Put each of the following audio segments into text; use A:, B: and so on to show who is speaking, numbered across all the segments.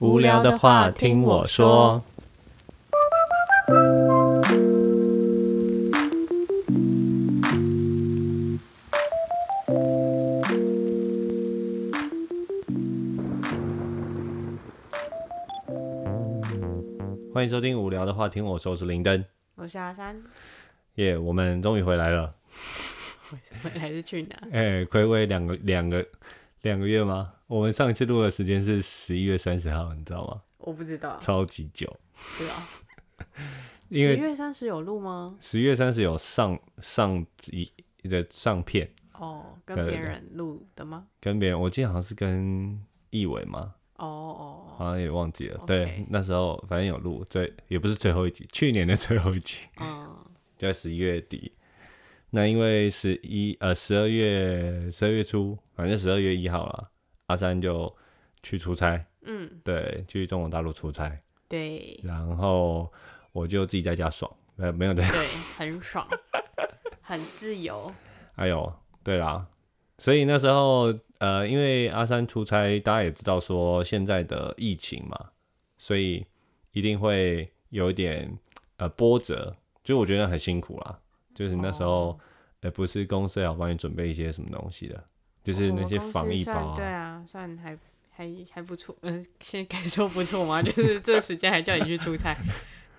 A: 无聊的话听我说。欢迎收听《无聊的话听我说》，我是林登。
B: 我是阿 山，
A: 耶、我们终于回来了。
B: 回来是去哪？
A: 哎、暌违两个两个两个月吗？我们上一次录的时间是十一月三十号，你知道吗？
B: 我不知道，啊
A: 超级久，
B: 对啊。
A: 因
B: 十
A: 为
B: 月三十有录吗？
A: 十月三十有上上一的上片，
B: 哦，跟
A: 对对
B: 别
A: 对
B: 人录的吗？
A: 跟别人，我记得好像是跟易伟嘛，
B: 哦哦
A: 好像也忘记了。
B: OK
A: 对，那时候反正有录，最也不是最后一集，去年的最后一集
B: 哦，嗯，
A: 就在十一月底。那因为十一呃十二月十二月初，反正十二月一号啦，阿三就去出差，
B: 嗯，
A: 对，去中国大陆出差，
B: 对
A: 然后我就自己在家爽，呃，没有在，
B: 对，很 爽，很自由，
A: 哎呦，对啦，所以那时候呃，因为阿三出差，大家也知道说现在的疫情嘛，所以一定会有一点呃波折，就我觉得很辛苦啦，就是那时候、
B: 哦
A: 呃不是公司要帮你准备一些什么东西的，就是
B: 我
A: 那
B: 们
A: 些
B: 哦公司
A: 防疫包
B: 算对
A: 啊，
B: 啊，算还还还不错，嗯、先感受不错嘛， 就是这时间还叫你去出差，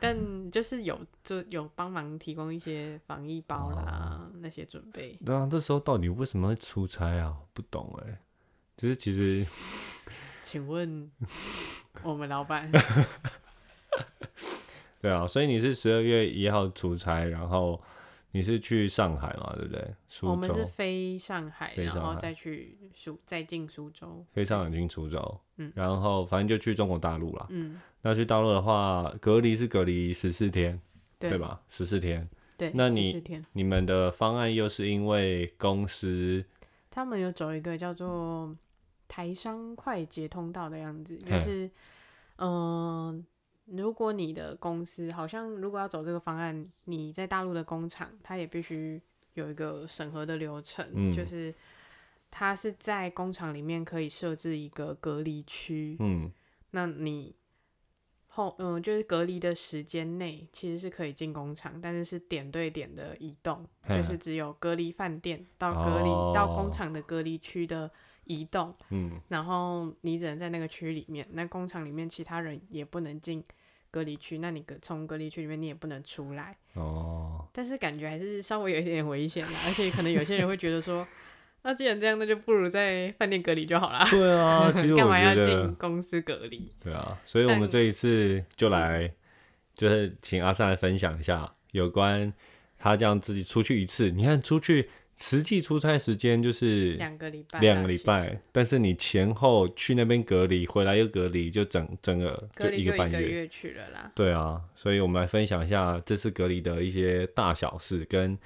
B: 但就是有就有帮忙提供一些防疫包
A: 哦
B: 啦、那些准备，
A: 对啊，这时候到底为什么会出差啊？不懂哎、就是其实
B: 请问我们 老板
A: 对啊，所以你是十二月一号出差，然后你是去上海嘛，对不对？苏州。
B: 哦我们是飞上海，
A: 飞上海
B: 然后再去苏，再进苏州。
A: 飞上海经苏州，
B: 嗯
A: 然后反正就去中国大陆啦。
B: 嗯，
A: 那去大陆的话，隔离是隔离十四天，
B: 对
A: 对？吧？十四天。
B: 对，
A: 那你
B: 14天，
A: 你们的方案又是因为公司
B: 他们有走一个叫做台商快捷通道的样子，就
A: 嘿
B: 是嗯、呃如果你的公司好像如果要走这个方案，你在大陆的工厂，它也必须有一个审核的流程，
A: 嗯
B: 就是它是在工厂里面可以设置一个隔离区，
A: 嗯
B: 那你后嗯、就是隔离的时间内其实是可以进工厂，但是是点对点的移动，
A: 嘿哦
B: 就是只有隔离饭店到隔离、到工厂的隔离区的移动，
A: 嗯
B: 然后你只能在那个区里面，那工厂里面其他人也不能进隔离区，那你隔从隔离区里面你也不能出来，
A: 哦
B: 但是感觉还是稍微有一点点危险啦，而且可能有些人会觉得说。 那既然这样，那就不如在饭店隔离就好啦。
A: 对 啊，其实我
B: 干嘛要
A: 觉
B: 进
A: 得
B: 公司隔离？
A: 对啊，所以我们
B: 但
A: 这一次就来就是请阿善来分享一下有关他这样自己出去一次，你看出去实际出差时间就是
B: 两个礼拜啦，
A: 两个礼
B: 其实，
A: 拜，但是你前后去那边隔离，回来又隔离，就整整个
B: 隔离
A: 一
B: 就
A: 个半
B: 一个月去了啦。
A: 对啊，所以我们来分享一下这次隔离的一些大小事，跟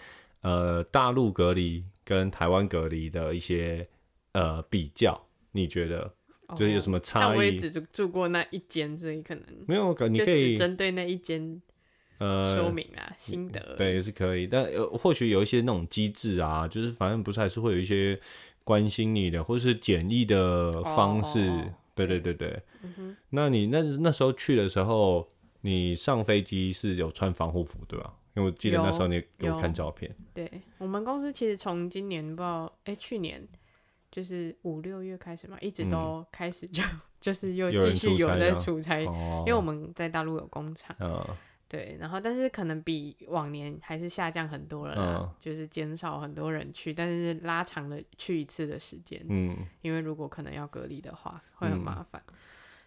A: 呃大陆隔离跟台湾隔离的一些呃比较，你觉得就是有什
B: 么
A: 么
B: 哦但
A: 差
B: 我也
A: 异？
B: 只住住过那一间，所以可能
A: 没有，可你
B: 就
A: 可
B: 只
A: 以
B: 针对那一间说
A: 呃，
B: 明啦，心得。
A: 对，也是可以，但呃或许有一些那种机制啊，就是反正不是还是会有一些关心你的，或者是简易的方式。
B: 哦哦嗯哦
A: 对对对对，那你那那时候去的时候，你上飞机是有穿防护服对吧？因为我记得
B: 有
A: 那时候你给我
B: 有
A: 看照片，
B: 对我们公司其实从今年不知道，哎、去年就是五六月开始嘛，一直
A: 嗯
B: 都开始就、 就是又
A: 有
B: 继
A: 人
B: 续
A: 出
B: 有
A: 差
B: 在
A: 啊
B: 出差，
A: 哦
B: 因为我们在大陆有工厂。
A: 呃
B: 对，然后但是可能比往年还是下降很多了啦，
A: 嗯
B: 就是减少很多人去，但是拉长了去一次的时间，
A: 嗯
B: 因为如果可能要隔离的话，会很
A: 嗯
B: 麻烦。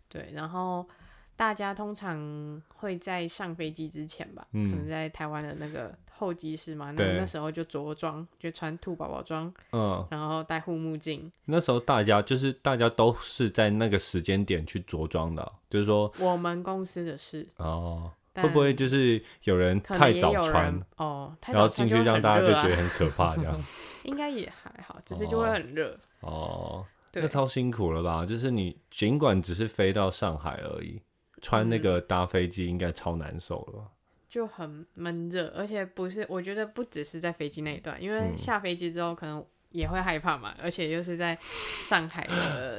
B: 对，然后大家通常会在上飞机之前吧，
A: 嗯
B: 可能在台湾的那个候机室嘛，那
A: 对
B: 那时候就着装，就穿兔宝宝装，
A: 嗯，
B: 然后戴护目镜。
A: 那时候大家就是大家都是在那个时间点去着装的啊、就是说
B: 我们公司的是
A: 哦。
B: 但
A: 会不会就是有人
B: 可
A: 太
B: 能也
A: 早
B: 有
A: 穿，
B: 人哦，太
A: 然后
B: 早
A: 进
B: 穿
A: 去
B: 就会
A: 让
B: 很
A: 大家就
B: 热啊
A: 觉得很可怕这样？
B: 应该也还好，只是就会很热。
A: 哦，
B: 对
A: 那，超辛苦了吧？就是你尽管只是飞到上海而已，穿
B: 嗯
A: 那个搭飞机应该超难受了吧？
B: 就
A: 嗯
B: 很闷热，而且不是，我觉得不只是在飞机那一段，因为下飞机之后，可能也会害怕嘛，而且又是在上海 的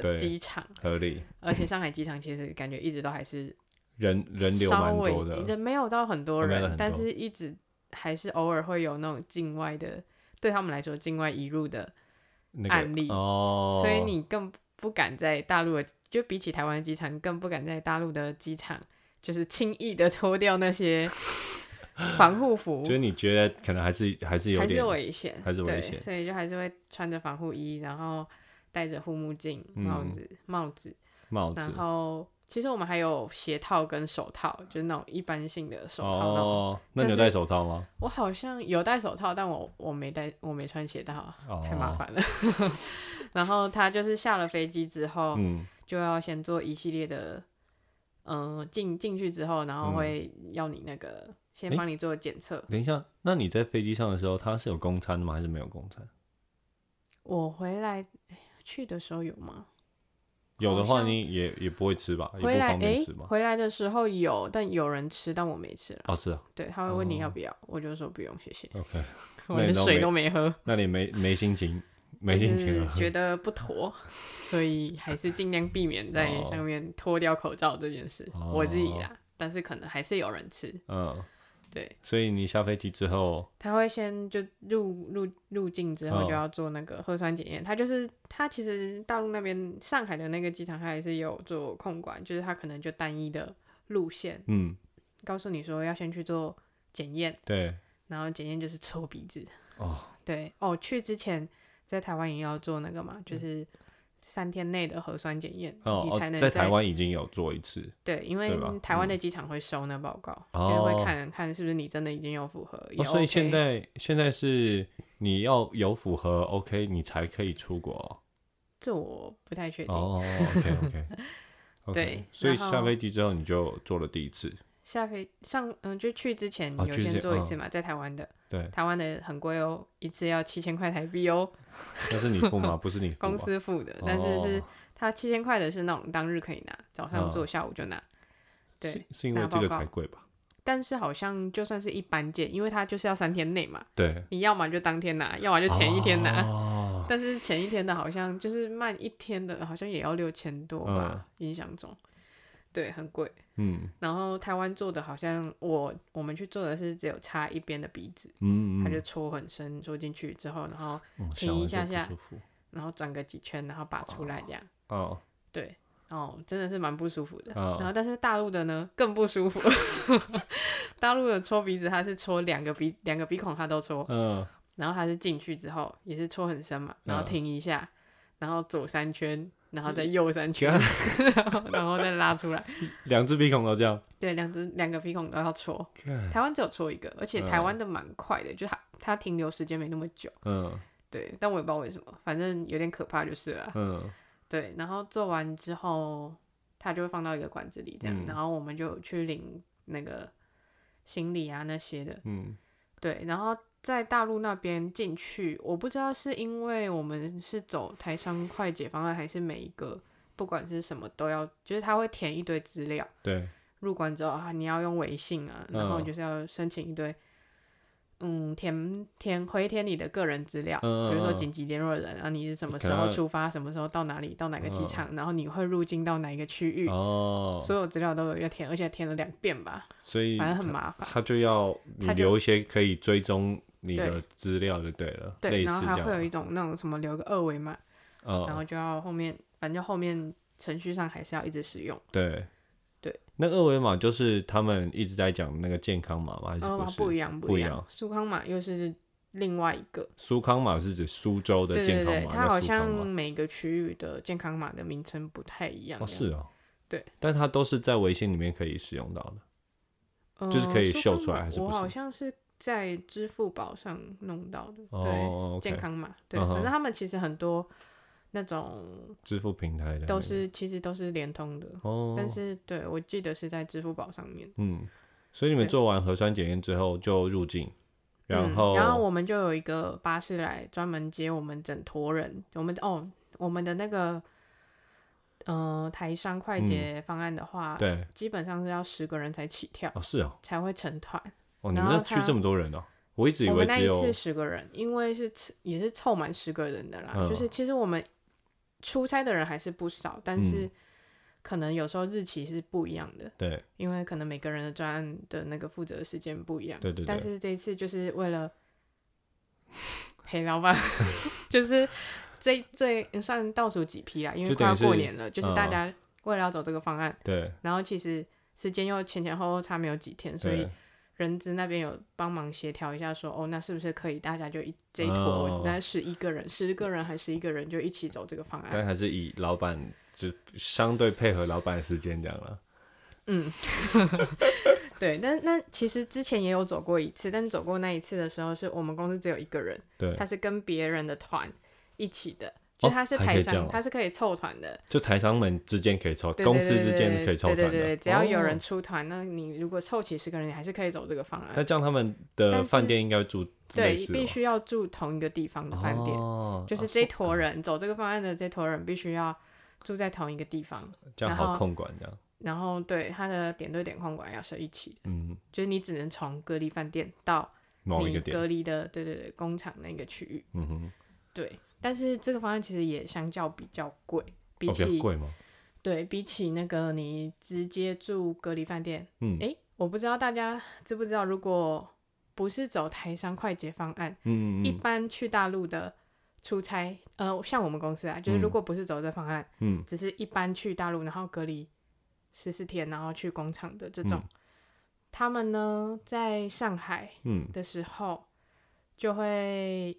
A: 对
B: 机场，
A: 合理，
B: 而且上海机场其实感觉一直都还是
A: 人人流
B: 稍
A: 蛮
B: 微
A: 多的，
B: 人没有到很多
A: 没有到
B: 人，
A: 很
B: 但
A: 多
B: 是一直还是偶尔会有那种境外的，对他们来说境外移入的，
A: 那个
B: 案例
A: 哦，
B: 所以你更不敢在大陆的，就比起台湾的机场，更不敢在大陆的机场就是轻易的脱掉那些防护服
A: 就，是你 觉得可能还是还是有
B: 还是
A: 点
B: 危险，
A: 还是危
B: 对
A: 险
B: 所以就还是会穿着防护衣，然后戴着护目镜、
A: 嗯
B: 帽子、帽子，
A: 帽子
B: 然后其实我们还有鞋套跟手套，就是那种一般性的手套那种。
A: 哦，那你有
B: 但
A: 戴
B: 是
A: 手套吗？
B: 我好像有戴手套，但我我没戴，我没穿鞋套，
A: 哦，
B: 太麻。烦了。 然后他就是下了飞机之后，
A: 嗯，
B: 就要先做一系列的，嗯、进进去之后，然后
A: 嗯
B: 会要你那个、先
A: 诶
B: 帮你做检测。
A: 等一下，那你在飞机上的时候，它是有公餐的吗？还是没有公餐？
B: 我回来哎去的时候有吗？
A: 有的话，
B: 像
A: 你也也不会吃吧，也啊不
B: 回来
A: 方
B: 哎、
A: 便吃吧？
B: 回来的时候有，但有人吃，但我没吃了。
A: 哦，是啊
B: 对，他会问你要
A: 哦
B: 不要，我就说不用，谢谢。
A: ，OK，
B: 我
A: 那
B: 连
A: 你都
B: 水
A: 没
B: 都没喝，
A: 那你没没心情，没
B: 就
A: 心情
B: 是
A: 了。
B: 觉得不妥，所以还是尽量避免在
A: 哦
B: 上面脱掉口罩这件事。我自己
A: 哦
B: 啦，但是可能还是有人吃。
A: 嗯，
B: 对，
A: 所以你下飞机之后，
B: 他会先就入入入境之后
A: 哦
B: 就要做那个核酸检验，他就是他其实大陆那边上海的那个机场，他还是有做控管，就是他可能就单一的路线，
A: 嗯，
B: 告诉你说要先去做检验，
A: 对，
B: 然后检验就是抽鼻子，
A: 哦，
B: 对哦，去之前在台湾也要做那个嘛，就是三天内的核酸检验，
A: 嗯哦，
B: 你
A: 哦
B: 才能
A: 在台湾已经有做一次，
B: 对，因为
A: 对吧嗯
B: 台湾的机场会收那报告，
A: 哦
B: 就是会看看是不是你真的已经有符合，也
A: 哦，所以
B: OK
A: 现在现在是你要有符合 OK，你才可以出国哦。
B: 这我不太确定。
A: 哦，OK OK，
B: 对
A: 所以
B: 然
A: 下
B: 后
A: 飞机之后你就做了第一次，
B: 下飞上嗯，就去之前
A: 哦
B: 有
A: 去之
B: 先
A: 前
B: 做一次嘛，在台湾的，
A: 对，
B: 台湾的很贵哦，一次要七千块台币哦，
A: 那是你付 吗？不是你付吧
B: 公司付的，但是是
A: 哦嗯
B: 它七千块的是那种当日可以拿，早上做下午就拿，
A: 是
B: 对，
A: 是因为
B: 拿
A: 这
B: 报
A: 个
B: 告
A: 才贵吧？
B: 但是好像就算是一般件，因为它就是要三天内嘛，
A: 对，
B: 你要么就当天拿，要么就前一天拿，
A: 哦，
B: 但是前一天的好像就是慢一天的，好像也要六千多吧，印象中，对，很贵。
A: 嗯
B: 然后台湾做的好像我我们去做的是只有插一边的鼻子。
A: 嗯嗯，
B: 他就戳很深，戳进去之后，然后
A: 嗯
B: 停
A: 想
B: 一
A: 完就
B: 下
A: 不
B: 下
A: 舒服
B: 然后转个几圈，然后拔出来这样。
A: 哦，
B: 对，哦，真的是蛮不舒服的。
A: 哦
B: 然后但是大陆的呢更不舒服， 大陆的戳鼻子，它是戳两个鼻两个鼻孔，它都戳，
A: 嗯，
B: 然后它是进去之后也是戳很深嘛，然后
A: 嗯
B: 停一下，然后左三圈，然后再右 三圈，然后然后再拉出来。
A: 两只鼻孔都这样，
B: 对，两只两个鼻孔都要戳。
A: 干
B: 台湾只有戳一个，而且台
A: 嗯
B: 湾的蛮快的，就它它停留时间没那么久。
A: 嗯
B: 对，但我也不知道为什么，反正有点可怕就是了啦。
A: 嗯
B: 对，然后做完之后，它就会放到一个管子里这样，
A: 嗯
B: 然后我们就去领那个行李啊那些的。
A: 嗯，
B: 对，然后在大陆那边进去，我不知道是因为我们是走台商快解方案，还是每一个不管是什么都要，就是他会填一堆资料。
A: 对，
B: 入关之后啊，你要用微信啊，然后
A: 嗯
B: 就是要申请一堆，嗯，填填回填你的个人资料，
A: 嗯嗯
B: 比如说
A: 嗯
B: 紧急联络人啊，你是什么
A: 可
B: 时候
A: 能
B: 出发，什么时候到哪里，到哪个机
A: 嗯
B: 场，然后你会入境到哪一个区域，
A: 哦，
B: 嗯所有资料都有要填，而且填了两遍吧，
A: 所以
B: 反正很麻 烦。
A: 他就要你
B: 他就
A: 留一些可以追踪你的资料就对了，
B: 对，
A: 类
B: 然
A: 似
B: 后
A: 这
B: 还
A: 样
B: 会有
A: 吧。
B: 一种那种什么留个二维码，然后
A: 嗯，
B: 就要后面，反正后面程序上还是要一直使用。
A: 对
B: 对。
A: 那二维码就是他们一直在讲那个健康码吗？还是
B: 哦
A: 不，
B: 不一
A: 是？
B: 样，
A: 不
B: 一
A: 一
B: 样
A: 样。
B: 苏康码又是另外一个，
A: 苏康码是指苏州的
B: 对
A: 健
B: 对
A: 康
B: 对，
A: 码，
B: 它
A: 那
B: 好
A: 苏康
B: 像
A: 码
B: 每个区域的健康码的名称不太一样。
A: 哦是哦，
B: 对，
A: 但它都是在微信里面可以使用到的。
B: 呃
A: 哦就是可以
B: 苏
A: 秀
B: 康
A: 出来
B: 码
A: 还是
B: 我
A: 不
B: 好
A: 行
B: 像是在支付宝上弄到的，对，
A: 哦，OK，
B: 健康码，对，
A: 嗯哼
B: 反正他们其实很多那种
A: 支付平台的那个
B: 都是其实都是联通的，
A: 哎哦，
B: 但是对我记得是在支付宝上面。
A: 嗯，所以你们
B: 对
A: 做完核酸检验之后就入境，然
B: 嗯
A: 后
B: 然后我们就有一个巴士来专门接我们整坨人，我们哦，我们的那个。嗯、台商快
A: 嗯
B: 捷方案的话，
A: 对
B: 基本上是要十个人才起跳
A: 哦是哦
B: 才会成团。
A: 哦，你
B: 然
A: 们
B: 后
A: 那去
B: 他
A: 这么多人哦，我一直以
B: 我
A: 为
B: 们那
A: 只
B: 一
A: 有
B: 次十个人，因为是凑也是凑满十个人的啦，
A: 嗯
B: 就是其实我们出差的人还是不少，但是
A: 嗯
B: 可能有时候日期是不一样的，
A: 对
B: 因为可能每个人的专案的那个负责的时间不一样。
A: 对对对
B: 但是这一次就是为了陪 老板，就是这最算倒数几批啦，因为
A: 就
B: 快
A: 等于
B: 要过
A: 是嗯
B: 年了，就是大家为了要走这个方案，
A: 对
B: 然后其实时间又前前后后差没有几天，所以啊
A: 对，
B: 人资那边有帮忙协调一下说，哦，那是不是可以大家就一这一坨
A: 哦，
B: 那十一个人，十个人还是一个人就一起走这个方案？
A: 但还是以老板就相对配合老板的时间讲了。
B: 嗯， 对。但那其实之前也有走过一次，但走过那一次的时候，是我们公司只有一个人，
A: 对
B: 他，是跟别人的团一起的，就他是
A: 还可
B: 台
A: 以这
B: 商，
A: 样哦
B: 他是可以凑团的，
A: 就台商们之间可以抽，
B: 对
A: 公司之间可以抽团
B: 对对
A: 的。
B: 对对，只要有人
A: 哦
B: 出团，那你如果凑齐十个人，你还是可以走这个方
A: 那
B: 案。
A: 这样他们
B: 但
A: 的
B: 是
A: 饭店应该住
B: 对
A: 类，似
B: 必
A: 哦
B: 须要住同一个地方的饭店。
A: 哦
B: 就是
A: 啊
B: 这
A: 是
B: 坨人、走这个方案的这坨人必须要住在同一个地方，
A: 这样
B: 然后
A: 好控管这样。
B: 然后对他的点对点控管要是一起的，
A: 嗯，
B: 就是你只能从隔离饭店到
A: 某一
B: 你
A: 个点，
B: 隔离的对对对工厂那个区域，
A: 嗯哼，
B: 对。但是这个方案其实也相较比较贵，比
A: 哦，比
B: 起、
A: 较贵吗？
B: 对比起那个你直接住隔离饭店，
A: 嗯
B: 诶，我不知道大家知不知道，如果不是走台商快捷方案，
A: 嗯
B: 一
A: 嗯
B: 般去大陆的出差，呃，像我们公司啊，就是如
A: 嗯
B: 果不是走这方案，
A: 嗯
B: 只是一般去大陆，然后隔离十四天，然后去工厂的这种，
A: 嗯
B: 他们呢在上海
A: 嗯
B: 的时候就会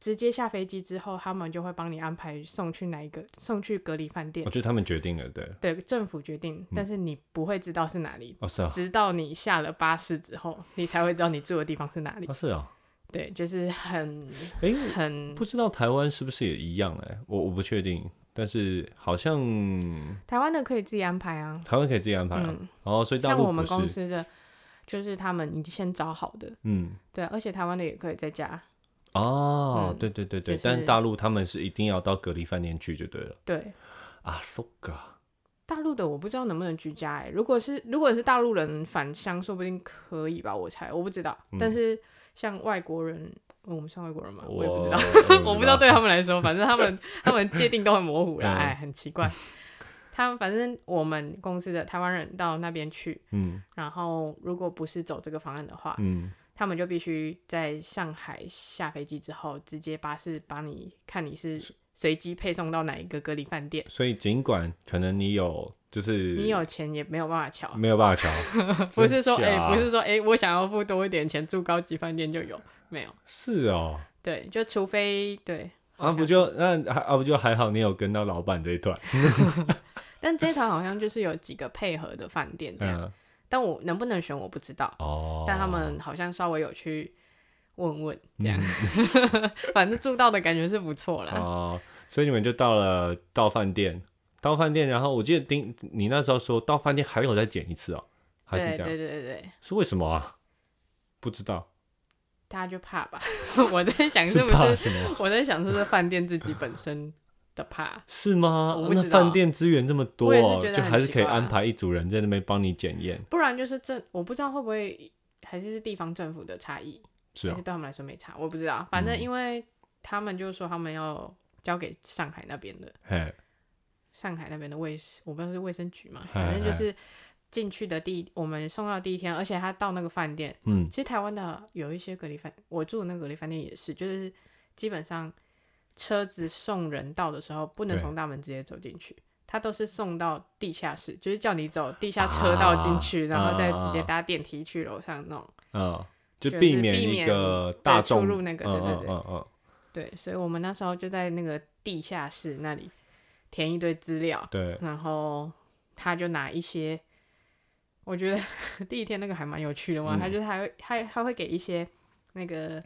B: 直接下飞机之后，他们就会帮你安排送去哪一个，送去隔离饭店
A: 我，觉得哦他们决定了，对，
B: 对，政府决定，
A: 嗯
B: 但是你不会知道是哪里。
A: 哦是啊，
B: 直到你下了巴士之后，你才会知道你住的地方是哪里
A: 哦。是啊，
B: 对，就是很
A: 诶，
B: 很
A: 不知道台湾是不是也一样哎、我我不确定，但是好像
B: 台湾的可以自己安排啊，
A: 台湾可以自己安排啊，
B: 嗯，
A: 哦，所以大
B: 像
A: 陆
B: 我们
A: 不
B: 公
A: 是，
B: 司的，就是他们已经先找好的，
A: 嗯，
B: 对啊，而且台湾的也可以在家，
A: 哦，
B: 嗯
A: 对对对对，
B: 就是
A: 但大陆他们是一定要到隔离饭店去就对了
B: 对，
A: 啊，so ga，
B: 大陆的我不知道能不能居家、欸，如果是如果是大陆人返乡，说不定可以吧，我猜，我不知道，但
A: 嗯
B: 是像外国人。呃我们算外国人吗？我也不知道，
A: 道
B: 我不知道对他们来说，反正他们他们界定都很模糊啦，
A: 嗯
B: 哎，很奇怪。他们反正我们公司的台湾人到那边去，
A: 嗯
B: 然后如果不是走这个方案的话，
A: 嗯，
B: 他们就必须在上海下飞机之后，直接巴士把你看你是随机配送到哪一个隔离饭店，
A: 所以尽管可能你有就是
B: 你有钱也没有办法瞧。，
A: 没有办法瞧
B: 不是说
A: 真
B: 哎、
A: 假
B: 不是说哎、我想要付多一点钱住高级饭店就有，没有。
A: 是哦。
B: 对，就除非对，
A: 啊，不就那还啊不就还好，你有跟到老板这一段，
B: 但这团好像就是有几个配合的饭店这样，
A: 嗯，
B: 但我能不能选我不知道，
A: 哦，嗯
B: 但他们好像稍微有去问问这 样，反正住到的感觉是不错啦。
A: 哦，所以你们就到了到饭店，到饭店，然后我记得丁你那时候说到饭店还有再检一次哦，还是
B: 对
A: 这样，
B: 对对对对。
A: 是为什么啊？不知道，
B: 大家就怕吧。 我在想哎是不
A: 怕
B: 是，
A: 什么？
B: 我在想是不是饭店自己本身的怕。
A: 是吗
B: 我？不
A: 那
B: 知道
A: 饭店资源这么多、
B: 我也是
A: 哦
B: 觉，得
A: 就
B: 很
A: 还是
B: 奇
A: 可以
B: 怪啊
A: 安排一组人在那边帮你检验，
B: 不然就是政，我不知道会不会还是是地方政府的差异，
A: 是
B: 还
A: 啊
B: 是，对他们来说没差，我不知道。反正
A: 嗯
B: 因为他们就说他们要交给上海那边的，
A: 嘿，
B: 上海那边的卫，我不知道是卫生局嘛，
A: 嗨
B: 反正就
A: 嗨
B: 是进去的第一我们送到第一天，而且他到那个饭店，
A: 嗯，
B: 其实台湾的有一些隔离饭，我住的那个隔离饭店也是，就是基本上车子送人到的时候，不能
A: 对
B: 从大门直接走进去，它都是送到地下室，就是叫你走地下车道进去，
A: 啊
B: 然后再直接搭电梯去楼上那种。
A: 啊、就
B: 就是
A: 避免
B: 避
A: 一
B: 免
A: 个大
B: 出
A: 众
B: 入那个对对
A: 嗯
B: 对
A: 嗯嗯嗯，
B: 对，所以我们那时候就在那个地下室那里填一堆资料，
A: 对，
B: 然后他就拿一些，我觉得 第一天那个还蛮有趣的嘛，
A: 嗯
B: 他就是还会他他会给一些那个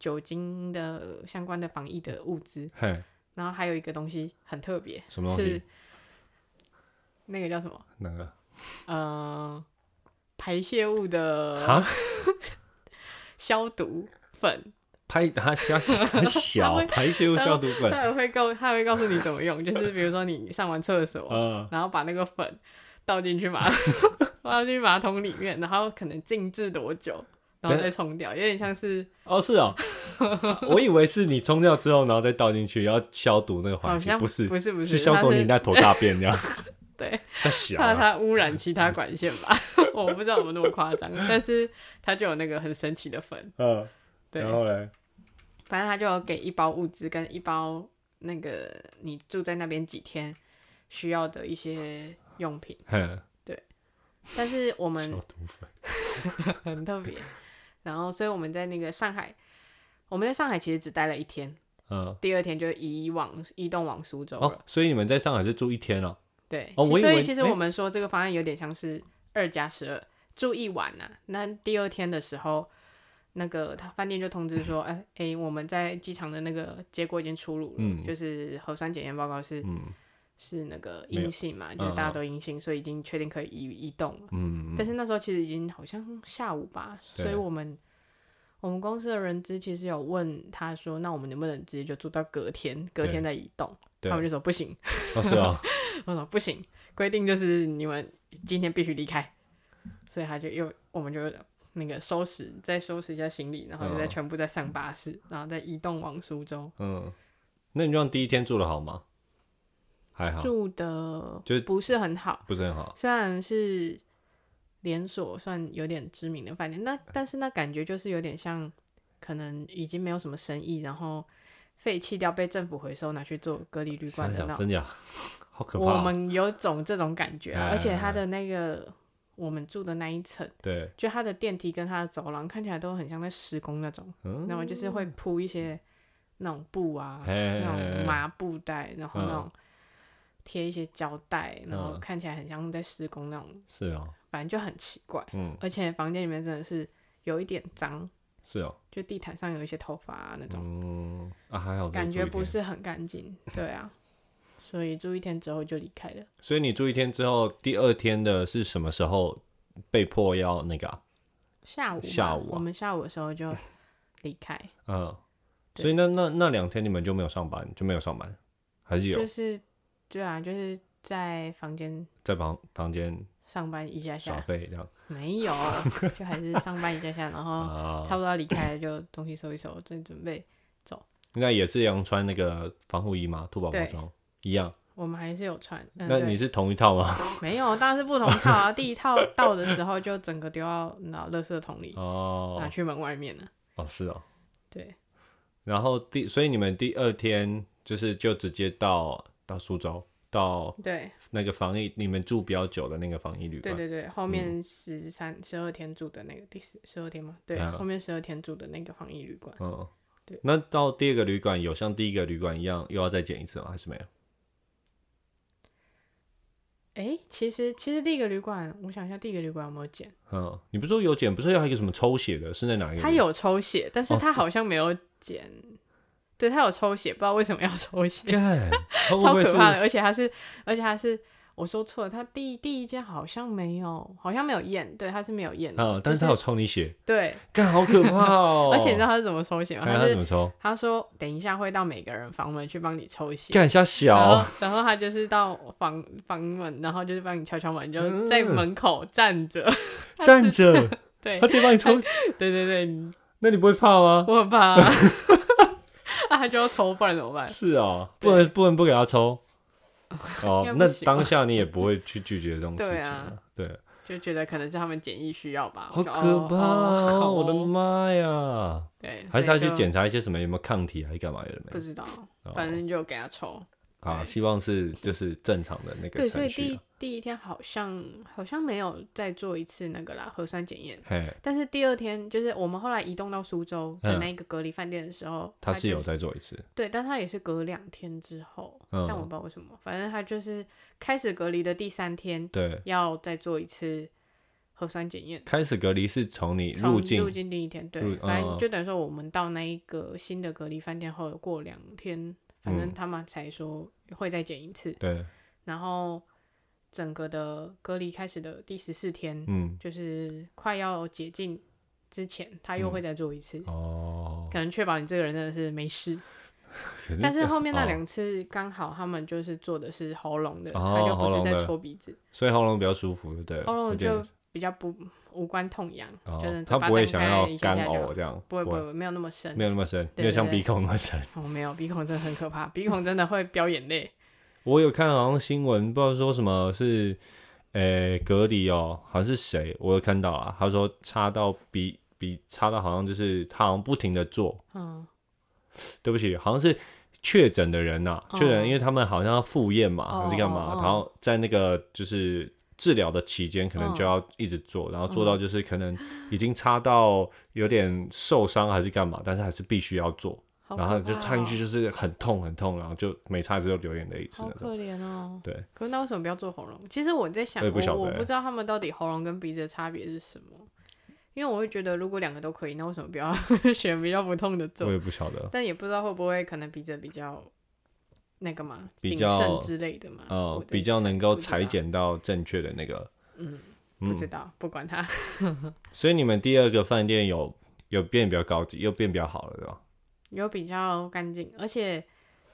B: 酒精的相关的防疫的物资，
A: 嘿，
B: 然后还有一个东西很特别，
A: 什么东
B: 是
A: 西？
B: 那个叫什么？
A: 那个
B: 呃，排泄物的
A: 哈，
B: 消毒粉，
A: 拍它小小
B: 他会
A: 小排泄物消毒 粉，
B: 他也会告他也会告诉你怎么用，就是比如说你上完厕所，
A: 嗯，
B: 然后把那个 粉倒进去马倒进去马桶里面，然后可能静置多久，然后再冲掉，有点 像是
A: 哦，是 哦，我以为是你冲掉之后，然后再倒进去，要消毒那个
B: 好
A: 环境，
B: 像
A: 不是，
B: 不是不
A: 是
B: 是
A: 消
B: 它
A: 毒你那啊坨大便这样， 啊
B: 对，
A: 太小
B: 怕
A: 了。
B: 它污染其他管线吧， 我不知道有没有那么夸张，但是它就有那个很神奇的粉，
A: 嗯，
B: 对，
A: 然后嘞，
B: 反正他就有给一包物资跟一包那个你住在那边几天需要的一些用品，
A: 哼，
B: 但是我们
A: 消毒粉，
B: 很特别，然后所以我们在那个上海，我们在上海其实只待了一天，
A: 嗯，
B: 第二天就移往移动往苏州了。
A: 哦，所以你们在上海是住一天哦，
B: 对，
A: 哦
B: 其
A: 我以
B: 所
A: 为
B: 以其实
A: 没
B: 我们说这个方案有点像是二加十二，住一晚呐、那第二天的时候，那个他饭店就通知 说，哎、哎、我们在机场的那个结果已经出炉了，
A: 嗯
B: 就是核酸检验报告是、
A: 嗯
B: 是那个
A: 没有
B: 阴性嘛，就是大家都阴性，所以已经确定可以移移动了。
A: 嗯，
B: 但是那时候其实已经好像下午吧，
A: 对
B: 所以我们。我们公司的人资其实有问他说：“那我们能不能直接就住到隔天？隔
A: 对
B: 天再移动？”
A: 对
B: 他，们就说：“不行，
A: 哦是哦，
B: 我说不行，规定就是你们今天必须离开，所以他就又我们就那个收拾，再收拾一下行李，然后就再
A: 嗯
B: 全部再上巴士，然后再移动往苏州。
A: 嗯，那你这样第一天住的好吗？还好，
B: 住的
A: 就是
B: 不是很好，
A: 不是很好，
B: 虽然是连锁算有点知名的饭店，
A: 嗯
B: 那但是那感觉就是有点像可能已经没有什么生意，然后废弃掉被政府回收拿去做隔离旅
A: 想
B: 馆的那
A: 想
B: 种。
A: 真假，好可
B: 我
A: 怕哦，
B: 们有种这种感觉、啊，而且
A: 哎哎哎
B: 它的那个我们住的那一层，
A: 对，
B: 就它的电梯跟它的走廊看起来都很像在施工那种，
A: 嗯，
B: 那么就是会铺一些那种布啊，
A: 哎
B: 那
A: 哎哎
B: 种麻布袋，然后那
A: 嗯
B: 种贴一些胶带，然后
A: 嗯
B: 看起来很像在施工那种，
A: 是哦，
B: 反正就很奇怪。
A: 嗯，
B: 而且房间里面真的是有一点脏，
A: 是哦，
B: 就地毯上有一些头发、啊、那种。
A: 嗯，啊还好，
B: 感觉不，是很干净， 对啊，所以住一天之后就离开了。
A: 所以你住一天之后，第二天的是什么时候被迫要那个啊？
B: 下午吧，
A: 下午啊
B: 我们下午的时候就离开，
A: 嗯，
B: 对
A: 所以那那那两天你们就没有上班，就没有上班，还 是有
B: 就是对啊，就是在房间
A: 在房房间
B: 上班一下
A: 耍
B: 下，
A: 废这样
B: 没 有，就还是上班一下下，然后
A: 啊？
B: 哦差不多要离开了，就东西收一收，正准备。
A: 应该也是一样穿那个防护衣吗？兔宝宝
B: 对
A: 装一样。
B: 我们还是有穿，嗯，
A: 那你
B: 对，
A: 是同一套 吗？
B: 没有，当然是不同套 啊。第一套到的时候就整个丢到那垃圾桶里，拿
A: 哦
B: 去门外面了。
A: 哦是哦。
B: 对，
A: 然后第所以你们第二天就是就直接到到苏州，到
B: 对，
A: 那个防疫你们住比较久的那个防疫旅
B: 对
A: 馆。
B: 对对，后面十三十二天住的那个第十十二天嘛，对，
A: 嗯
B: 后面十二天住的那个防疫旅馆，
A: 嗯，
B: 对
A: 那到第二个旅馆有像第一个旅馆一样又要再检一次吗？还是没有？
B: 诶，其实其实第一个旅馆，我想一下，第一个旅馆有没有检？
A: 嗯，你不是说有检，不是还有一个什么抽血的，是在哪一个？
B: 他，有抽血，但是
A: 哦
B: 他好像没有检，对他有抽血，不知道为什么要抽血，
A: 干，会不
B: 超
A: 会是
B: 可怕的，而且他是而且他是。我说错了，他第第一间好像没有，好像没有验，对，他是没有验的。
A: 啊、但是他有抽你血，
B: 对，
A: 干好可怕哦！
B: 而且你知道他是怎么抽血吗？
A: 哎他
B: 他
A: 怎
B: 是
A: 么抽？
B: 他说等一下会到每个人房门去帮你抽血，
A: 干下
B: 然
A: 小
B: 后，然后他就是到房房门，然后就是帮你敲敲门，就在门口站着。他
A: 站
B: 是
A: 着，
B: 对
A: 他直接帮你抽，
B: 对对对，你
A: 那你不会怕吗？
B: 我很怕、啊， 那他就要抽，不然怎么办？
A: 是哦，
B: 对
A: 不能不能不给他 抽。哦
B: 应该，不
A: 那
B: 行吧
A: 当下你也不会去拒绝这种事情
B: 对啊，
A: 对，
B: 就觉得可能是他们检疫需要吧。
A: 好
B: 我就
A: 可怕
B: 哦哦好
A: 哦！
B: 哦
A: 我的妈呀！
B: 对，
A: 还是他
B: 所以
A: 去
B: 就
A: 检查一些什么有没有抗体还是干嘛有的
B: 不
A: 没？
B: 知道，
A: 哦
B: 反正就给他抽。
A: 啊，
B: 对
A: 希望是就是正常的那个
B: 对，所
A: 程
B: 以
A: 序
B: 第
A: 啊。
B: 第一天好像好像没有再做一次那个啦核酸检验，
A: 嘿，
B: 但是第二天就是我们后来移动到苏州的
A: 嗯
B: 那个隔离饭店的时候，
A: 他是
B: 就
A: 有再做一次，
B: 对，但他也是隔两天之后，
A: 嗯
B: 但我不知道为什么，反正他就是开始隔离的第三天
A: 对，
B: 要再做一次核酸检验，
A: 开始隔离是从你
B: 从
A: 入
B: 入
A: 境，
B: 境第一天，
A: 入
B: 对，反
A: 嗯
B: 正就等于说我们到那一个新的隔离饭店后过两天，反
A: 嗯
B: 正他们才说会再检一次，
A: 对，
B: 然后整个的隔离开始的第十四天，
A: 嗯，
B: 就是快要解禁之前，他又会再做一次，
A: 嗯哦，
B: 可能确保你这个人真的是没事。
A: 可
B: 但是后面那
A: 哦
B: 两次刚好他们就是做的是喉咙的，
A: 哦
B: 他就不
A: 喉
B: 是
A: 咙的
B: 在戳鼻子，
A: 所以喉咙比较舒服，对了，
B: 喉咙
A: 有点
B: 就比较不无关痛痒，
A: 哦
B: 就是，
A: 他
B: 嘴巴
A: 不会想
B: 张开
A: 要
B: 一下
A: 干
B: 下就好
A: 呕这样，
B: 不会不会没有那么深。
A: 没有那么深，
B: 对
A: 没有像
B: 对对
A: 鼻孔那么深。
B: 我、没有鼻孔真的很可怕，鼻孔真的会飙眼泪。
A: 我有看好像新闻，不知道说什么是，呃，隔离哦，好像是谁，我有看到啊，他说插到鼻鼻插到好像就是他好像不停的做，
B: 嗯，
A: 对不起，好像是确诊的人呐、
B: 哦
A: 确诊，因为他们好像要复验嘛，
B: 哦
A: 还是干嘛，
B: 哦哦
A: 然后在那个就是治疗的期间，可能就要一直做，然后做
B: 嗯
A: 到就是可能已经插到有点受伤还是干嘛，但是还是必须要做，
B: 好
A: 然后
B: 可
A: 就
B: 怕
A: 插进去
B: 哦，
A: 就是很痛很痛，然后就每插一次就流眼泪一次
B: 好
A: 那种，
B: 可怜哦。
A: 对，
B: 可是那为什么不要做喉咙？其实我在想，
A: 我也不晓
B: 我
A: 得欸
B: 不知道他们到底喉咙跟鼻子的差别是什么，因为我会觉得如果两个都可以，那为什么不要 选比较不痛的
A: 我
B: 做？
A: 也不晓得。
B: 但也不知道会不会可能鼻子比较那个嘛，
A: 比
B: 谨
A: 较
B: 慎之类的嘛。
A: 呃
B: 我，在
A: 比较能够
B: 不知道
A: 裁剪到正确的那个，
B: 嗯，不
A: 嗯，
B: 知道，不管它。
A: 所以你们第二个饭店有有变比较高级，又变比较好了，对吧？
B: 有比较干净，而且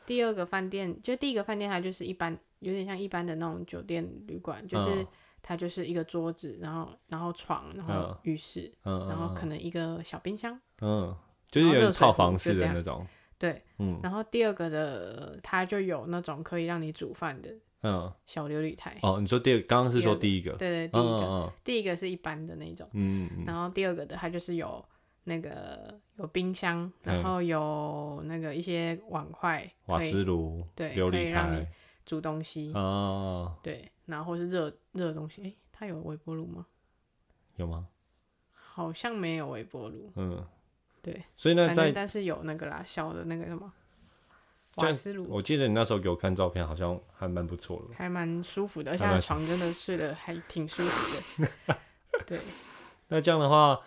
B: 第二个饭店，就第一个饭店它就是一般，有点像一般的那种酒店旅馆，就是
A: 嗯
B: 它就是一个桌子，然后然后床，然后
A: 嗯
B: 浴室，
A: 嗯，
B: 然后可能一个小冰箱，
A: 嗯，就是
B: 然
A: 有
B: 后
A: 点
B: 热水
A: 套
B: 壶
A: 房
B: 就
A: 式
B: 这
A: 的
B: 样
A: 那种，
B: 对，
A: 嗯
B: 然后第二个的它就有那种可以让你煮饭的
A: 嗯，
B: 小琉璃台，
A: 哦，你说第二，刚刚是
B: 哎第
A: 说
B: 二个
A: 第一个，
B: 对对，
A: 嗯
B: 第一个、
A: 嗯
B: 第一个是一般的那种，
A: 嗯嗯嗯，
B: 然后第二个的它就是有那个有冰箱，
A: 嗯
B: 然后有那个一些碗筷，
A: 瓦
B: 可以
A: 斯炉、
B: 对
A: 琉
B: 可以
A: 璃
B: 让
A: 台
B: 你，煮东西，
A: 哦，
B: 对，然后或是热热的东西，诶、它有微波炉吗？
A: 有吗？
B: 好像没有微波炉，
A: 嗯，
B: 对，
A: 所以呢，
B: 反正
A: 在
B: 但是有那个啦，小的那个什么
A: 这
B: 瓦
A: 样
B: 斯炉，
A: 我记得你那时候给我看照片，好像还蛮不错的，
B: 还蛮舒服的，而且
A: 还
B: 它
A: 蛮
B: 的
A: 舒
B: 床真的睡得还挺舒 服的。对，
A: 那这样的话，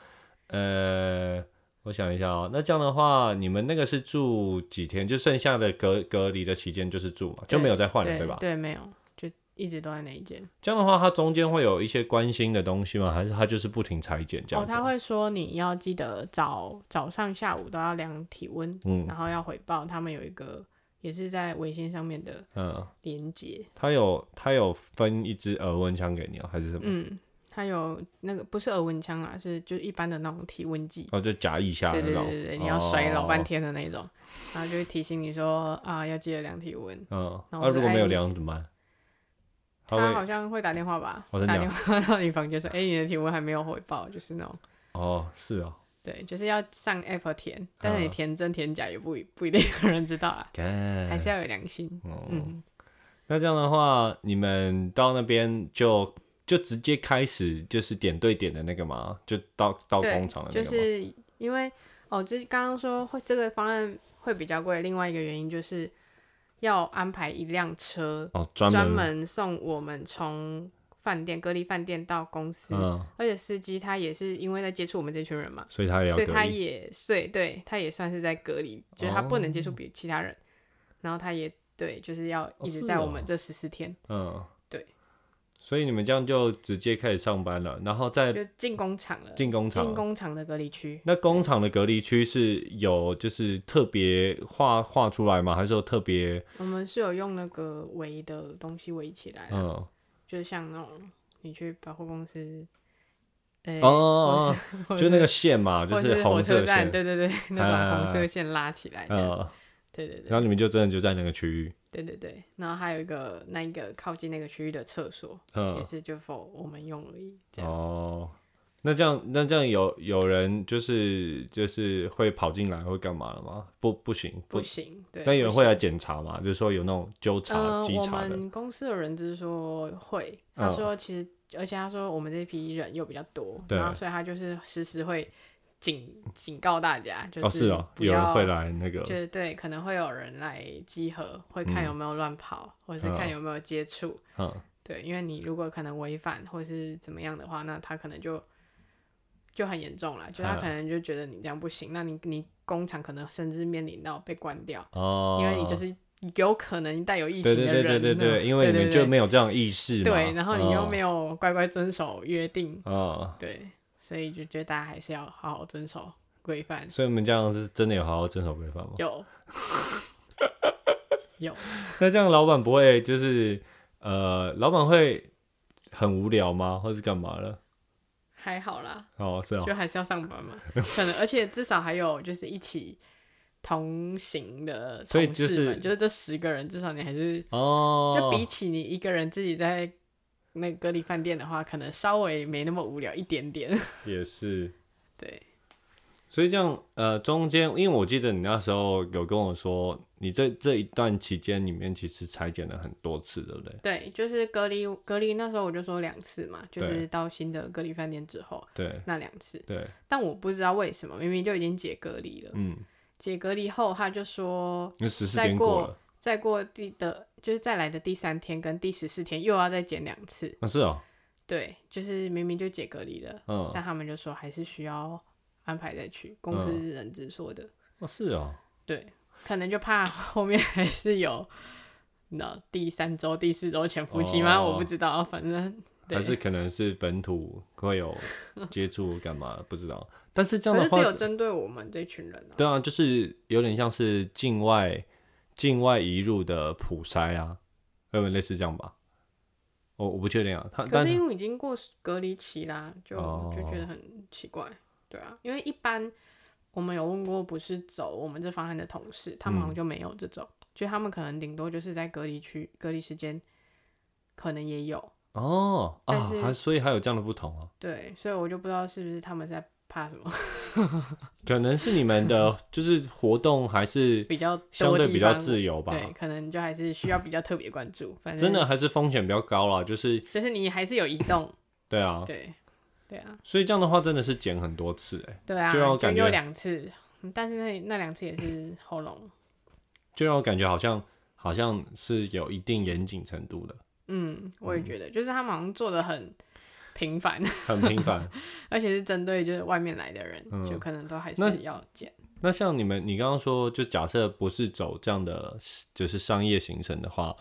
A: 呃，我想一下哦，那这样的话，你们那个是住几天？就剩下的隔隔离的期间就是住嘛，就没有再换了，
B: 对
A: 对吧？
B: 对，没有，就一直都在那一间。
A: 这样的话，它中间会有一些关心的东西吗？还是它就是不停裁剪这
B: 哦
A: 样，子？
B: 他会说你要记得早早上、下午都要量体温，
A: 嗯
B: 然后要回报他们有一个也是在微信上面的
A: 嗯，
B: 连接，
A: 它有它有分一支额温枪给你哦，还是什么？
B: 嗯，它有那个不是耳温枪啦，是就一般的那种体温计，
A: 哦，就夹一下
B: 对
A: 那
B: 对
A: 种。
B: 对对对，你要甩老半
A: 哦。
B: 天的那种，然后就会提醒你说啊要记得量体温。
A: 嗯，那、
B: 然后就
A: 如果
B: 按
A: 没有
B: 你
A: 量怎么办？它
B: 他好
A: 会
B: 像会打电话吧，
A: 哦真
B: 打
A: 假
B: 电话到你房间说，哎、你的体温还没有回报，就是那种。
A: 哦，是哦，
B: 对，就是要上 app 填，但是你
A: 嗯
B: 填真填假也不一不一定有人知道啦，
A: 干
B: 还是要有良心。
A: 嗯哦、
B: 嗯，
A: 那这样的话，你们到那边就就直接开始就是点对点的那个嘛，就到到
B: 对，
A: 工厂的那个
B: 就
A: 嘛。
B: 是因为哦，这刚刚说会这个方案会比较贵，另外一个原因就是要安排一辆车
A: 哦，专
B: 专
A: 门
B: 门送我们从饭店隔离饭店到公司，
A: 嗯，
B: 而且司机他也是因为在接触我们这群人嘛，
A: 所以他也要
B: 所以
A: 啊隔
B: 他
A: 离。
B: 也对对，他也算是在隔离，就是他不能接触别其他人，然后他也对，就是要一直
A: 是
B: 在我
A: 哦哦
B: 们这十四天。
A: 嗯，
B: 对。
A: 所以你们这样就直接开始上班了，然后再
B: 就进工厂了，
A: 进工厂
B: 进
A: 了。
B: 工厂的隔离区。
A: 那工厂的隔离区是有就是特别画画出来吗？还是有特别
B: 我们是有用那个围的东西围起来的，
A: 嗯
B: 就是像那种你去百货公司，呃、
A: 哦哦
B: 或
A: 哦，
B: 者
A: 就那个线嘛，就
B: 或者是
A: 红
B: 火车
A: 色
B: 站，
A: 线，嗯
B: 对对对， 那种红色线拉起来这样，
A: 呃，
B: 对对
A: 然
B: 对
A: 后你们就真的就在那个区域，
B: 对对对。然后还有一个那一个靠近那个区域的厕所，也
A: 嗯，
B: 是就 for 我们用而已，这样。
A: 哦，那这样那这样有有人就是就是会跑进来会干嘛了吗？不不行
B: 不行，对。
A: 那有人
B: 不
A: 会来
B: 行
A: 检查嘛？就是说有那种纠察、
B: 呃，
A: 稽
B: 我
A: 查的，
B: 们公司的人就是说会，他
A: 嗯
B: 说其实，而且他说我们这批人又比较多，
A: 对
B: 然后所以他就是时时会警警告大家，就
A: 哦是哦，
B: 不
A: 有人
B: 要
A: 会来那个
B: 就，是对，可能会有人来集合，会看
A: 嗯
B: 有没有乱跑，或是看有没有接触。
A: 嗯，
B: 对，因为你如果可能违反或是怎么样的话，那他可能就就很严重了，就他
A: 嗯
B: 可能就觉得你这样不行，那你你工厂可能甚至面临到被关掉，
A: 哦，
B: 因为你就是有可能带有疫情
A: 对
B: 的
A: 对
B: 人
A: 哦对
B: 呢，
A: 对对对，因为你们就没有这样意识嘛，哦
B: 对对，然后你又没
A: 有，
B: 有乖乖遵守约定，
A: 嗯。
B: 对，所以就觉得大家还是要好好遵守规范，
A: 所以你们这样是真的有好好遵守规范吗？
B: 有有。
A: 那这样老板不会就是呃，老板会很无聊吗？或是干嘛了？
B: 还好啦，
A: 哦，是哦，
B: 就还是要上 班嘛，可能而且至少还有就是一起同行的
A: 所以
B: 同
A: 就
B: 事们
A: 是
B: 就是这十个人，至少你还是
A: 哦，
B: 就比起你一个人自己在那个隔离饭店的话，可能稍微没那么无聊一点点。
A: 也是，
B: 对，
A: 所以这样，呃，中间，因为我记得你那时候有跟我说，你这这一段期间里面其实裁剪了很多次，对不对？
B: 对，就是隔离隔离那时候我就说两次嘛，就
A: 对
B: 是到新的隔离饭店之后
A: 对
B: 那两次，
A: 对，
B: 但我不知道为什么明明就已经解隔离了，
A: 嗯，
B: 解隔离后他就说
A: 因为十四
B: 再
A: 天
B: 过
A: 过了，
B: 再过第的就是再来的第三天跟第十四天又要再减两次，
A: 啊，是哦，
B: 对，就是明明就解隔离了，
A: 嗯，
B: 但他们就说还是需要安排再去，公
A: 嗯
B: 司人资说的，
A: 哦，是哦，
B: 对，可能就怕后面还是有，那第三周、第四周潜伏期吗？
A: 哦
B: 我不知道，反正对
A: 还是可能是本土会有接触干嘛，不知道。但是这样
B: 可
A: 的
B: 是只
A: 话
B: 有，针对我们这群人啊，
A: 对啊，就是有点像是境外境外移入的普筛啊，有没有类似这样吧？我我不确定啊，他
B: 可
A: 但
B: 是因为已经过隔离期啦，就
A: 哦
B: 就觉得很奇怪，对啊，因为一般我们有问过，不是走我们这方案的同事，他们
A: 嗯
B: 好像就没有这种，就他们可能顶多就是在隔离区隔离时间，可能也有，
A: 哦啊
B: 但，是
A: 还所以还有这样的不同啊，
B: 对，所以我就不知道是不是他们在怕什么
A: 可能是你们的就是活动还是
B: 比较
A: 相
B: 多
A: 对
B: 地
A: 比较
B: 方
A: 自由吧，
B: 对，可能就还是需要比较特别关注，反正
A: 真的还是风险比较高啦，就是
B: 就是你还是有移动，
A: 对啊，
B: 对，对啊，
A: 所以这样的话真的是减很多次哎、
B: 对啊，
A: 就让我感觉
B: 有两次，嗯但是那那两次也是喉咙，
A: 就让我感觉好像好像是有一定严谨程度的，
B: 嗯，我也觉得，就是他们好像做的很频繁，
A: 很频繁。
B: 而且是针对就是外面来的人，
A: 嗯
B: 就可能都还
A: 那
B: 是要检。
A: 那像你们，你刚刚说，就假设不是走这样的，就是商业行程的话，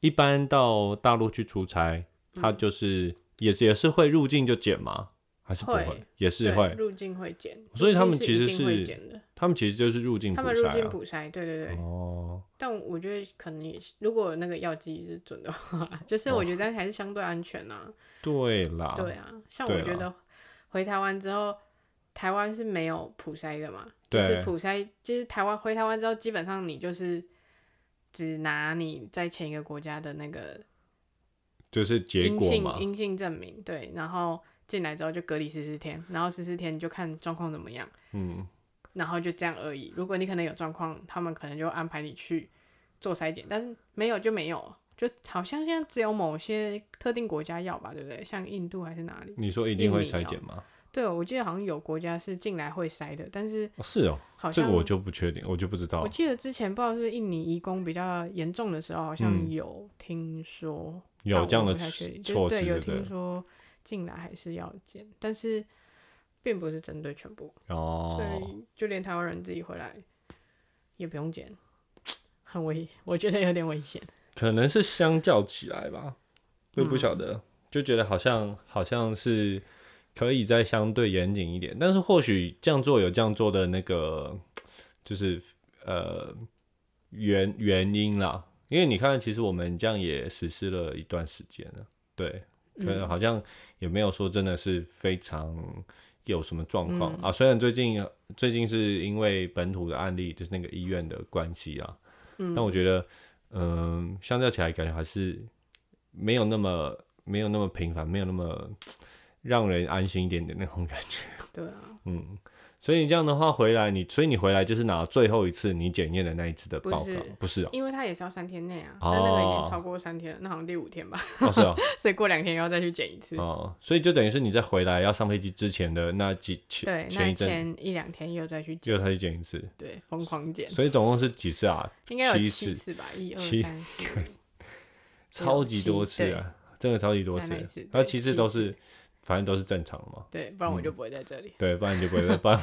A: 一般到大陆去出差，
B: 嗯
A: 他就是、也是也是会入境就检吗？还是不会？
B: 会
A: 也是
B: 对
A: 会，
B: 入境会检，
A: 所以他们
B: 入境
A: 其实
B: 一定会
A: 是
B: 检的，
A: 他们其实就是入境普
B: 他们入
A: 筛
B: 境
A: 啊。
B: 普筛，对对对。
A: 哦，
B: 但我觉得可能也是，如果那个药剂是准的话， 就是
A: 哦
B: 我觉得这样还是相对安全啊。
A: 对啦，
B: 对啊，像
A: 对
B: 我
A: 啦
B: 觉得回台湾之后，台湾是没有普筛的嘛，就
A: 对
B: 是普筛，就是台湾回台湾之后，基本上你就是只拿你在前一个国家的那个
A: 就是结
B: 阴
A: 果
B: 性
A: 嘛。
B: 阴性证明，对，然后进来之后就隔离十四天，然后十四天你就看状况怎么样，
A: 嗯，
B: 然后就这样而已。如果你可能有状况，他们可能就安排你去做筛检，但是没有就没有，就好像现在只有某些特定国家要吧，对不对？像印度还是哪里？
A: 你说一定会
B: 印尼
A: 筛
B: 哦
A: 检吗？
B: 对，我记得好像有国家是进来会筛的，但是
A: 哦是哦，
B: 好
A: 这
B: 像
A: 个我就不确定，我就不知道
B: 我。记得之前不知道是印尼移工比较严重的时候，好像
A: 嗯
B: 有听说。但
A: 有
B: 我
A: 这样的
B: 不太
A: 措
B: 确定就是
A: 措施，
B: 对，
A: 对
B: 有
A: 不
B: 听
A: 对？
B: 说进来还是要检，但是并不是针对全部，所
A: 哦，
B: 以就连台湾人自己回来也不用检，很危，我觉得有点危险。
A: 可能是相较起来吧，我也不晓得，就觉得好像好像是可以再相对严谨一点，但是或许这样做有这样做的那个，就是呃原原因啦，因为你看，其实我们这样也实施了一段时间了，对，可能好像也没有说真的是非常有什么状况、
B: 嗯
A: 啊。虽然最近最近是因为本土的案例，就是那个医院的关系啊，但我觉得，嗯、相较起来，感觉还是没有那么没有那么频繁，没有那么让人安心一点点那种感觉。
B: 对啊，
A: 嗯，所以你这样的话回来，你所以你回来就是拿最后一次你检验的那一次的
B: 不
A: 报
B: 是
A: 告，不是哦，
B: 因为他也是要三天内啊，但那个已经超过三天了，那好像第五天吧，
A: 哦是哦，
B: 所以过两天又要再去检一次。
A: 哦，所以就等于是你在回来要上飞机之前的那几前，
B: 对那
A: 前一阵
B: 前一两天又再去检，
A: 又再去检一次，
B: 对，疯狂检，
A: 所以总共是几次啊？
B: 应该有
A: 七
B: 七
A: 次，
B: 次吧，一二
A: 七
B: 三四五，
A: 超级多次啊，真的超级多
B: 在
A: 次
B: 那一次，
A: 然后
B: 对
A: 七
B: 七
A: 次都
B: 次
A: 是反正都是正常的嘛，
B: 对，不然
A: 嗯
B: 我就不会在这里。
A: 对，不然 你就不会再 办，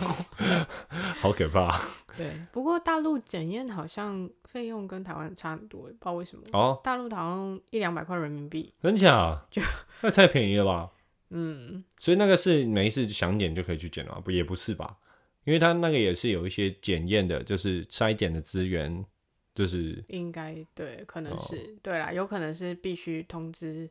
A: 好可怕啊
B: 对，不过大陆检验好像费用跟台湾差很多，不知道为什么。
A: 哦，
B: 大陆好像一两百块人民币，
A: 真假
B: 就？
A: 那太便宜了吧？
B: 嗯，
A: 所以那个是每一次想点就可以去检了吗，不也不是吧？因为它那个也是有一些检验的，就是筛检的资源，就是
B: 应该对，可能
A: 哦
B: 是、对啦，有可能是必须通知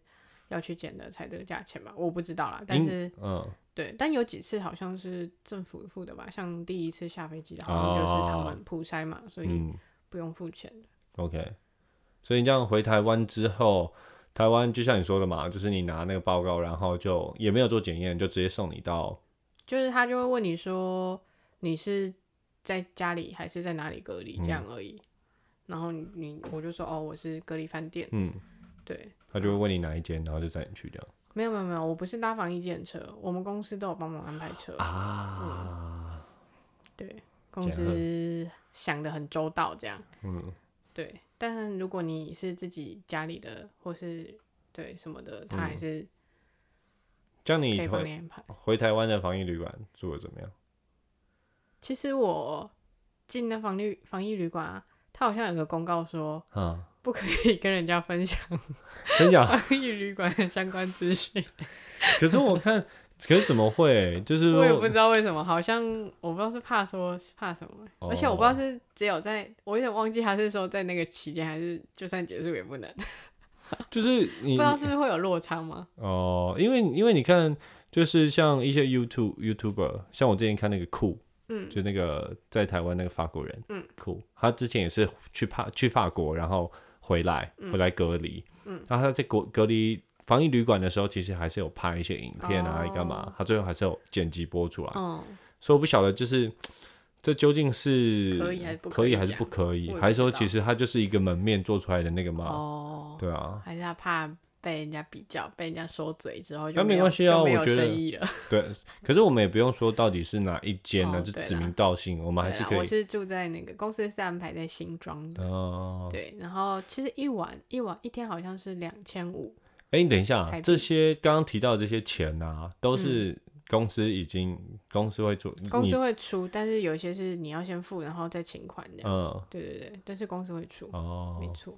B: 要去检的才得价钱吧，我不知道啦。但
A: 应
B: 是
A: 嗯
B: 对，但有几次好像是政府付的吧，像第一次下飞机的，好像就是他们普筛嘛，所以
A: 嗯
B: 不用付钱。
A: ，OK。所以你这样回台湾之后，台湾就像你说的嘛，就是你拿那个报告，然后就也没有做检验，就直接送你到
B: 就是他就会问你说你是在家里还是在哪里隔离
A: 嗯
B: 这样而已，然后你你我就说哦我是隔离饭店，
A: 嗯，
B: 对，
A: 他就会问你哪一间，然后就载你去这样
B: 没有没有没有，我不是搭防疫检车，我们公司都有帮忙安排车，嗯
A: 啊，
B: 对，公司想的很周到这样，
A: 嗯
B: 对，但是如果你是自己家里的或是对什么的，他还是
A: 这样
B: 可
A: 嗯你
B: 以帮
A: 回
B: 你安排。
A: 回台湾的防疫旅馆住的怎么样？
B: 其实我进那防疫防疫旅馆啊，他好像有个公告说
A: 啊，
B: 不可以跟人家分享
A: 真假？
B: 防疫旅馆的相关资讯，
A: 可是我看，可是怎么会？就是
B: 我也
A: 说
B: 不知道为什么，好像我不知道是怕说怕什么，
A: 哦
B: 而且我不知道是只有在，我有点忘记他是说在那个期间，还是就算结束也不能，
A: 就是
B: 不
A: 你
B: 知道是不是会有落差吗？
A: 哦、因为因为你看，就是像一些 YouTube YouTuber，像我之前看那个酷，
B: 嗯
A: 就那个在台湾那个法国人，
B: 嗯，
A: 酷，他之前也是去法去法国，然后回来回来隔离，
B: 嗯，
A: 然后他在隔隔离防疫旅馆的时候，其实还是有拍一些影片啊，
B: 哦
A: 干嘛？他最后还是有剪辑播出来，
B: 嗯，
A: 所以我不晓得就是。这究竟是
B: 可以还是不可
A: 可以
B: 以
A: 还是
B: 这样
A: 不可以
B: 我也不
A: 还是说
B: 知道
A: 其实它就是一个门面做出来的那个嘛？
B: 哦，
A: 对啊，
B: 还是他怕被人家比较，被人家说嘴之后就
A: 那没
B: 有
A: 关系啊
B: 就没有
A: 我觉得
B: 生意了。
A: 对，可是我们也不用说到底是哪一间呢，
B: 哦
A: 就
B: 对
A: 指
B: 啦
A: 名道姓，我们还
B: 对
A: 是
B: 啦，
A: 可
B: 我
A: 以。
B: 是住在那个公司是安排在新庄的，
A: 哦，
B: 对，然后其实一晚一晚一天好像是两千五，
A: 哎，你等一下啊
B: 台，币嗯
A: 这些刚刚提到的这些钱啊，都是公司已经公司会做，
B: 公
A: 你
B: 司会出，但是有一些是你要先付，然后再请款这样。
A: 嗯
B: 对对对，但是公司会出，没
A: 哦，
B: 错。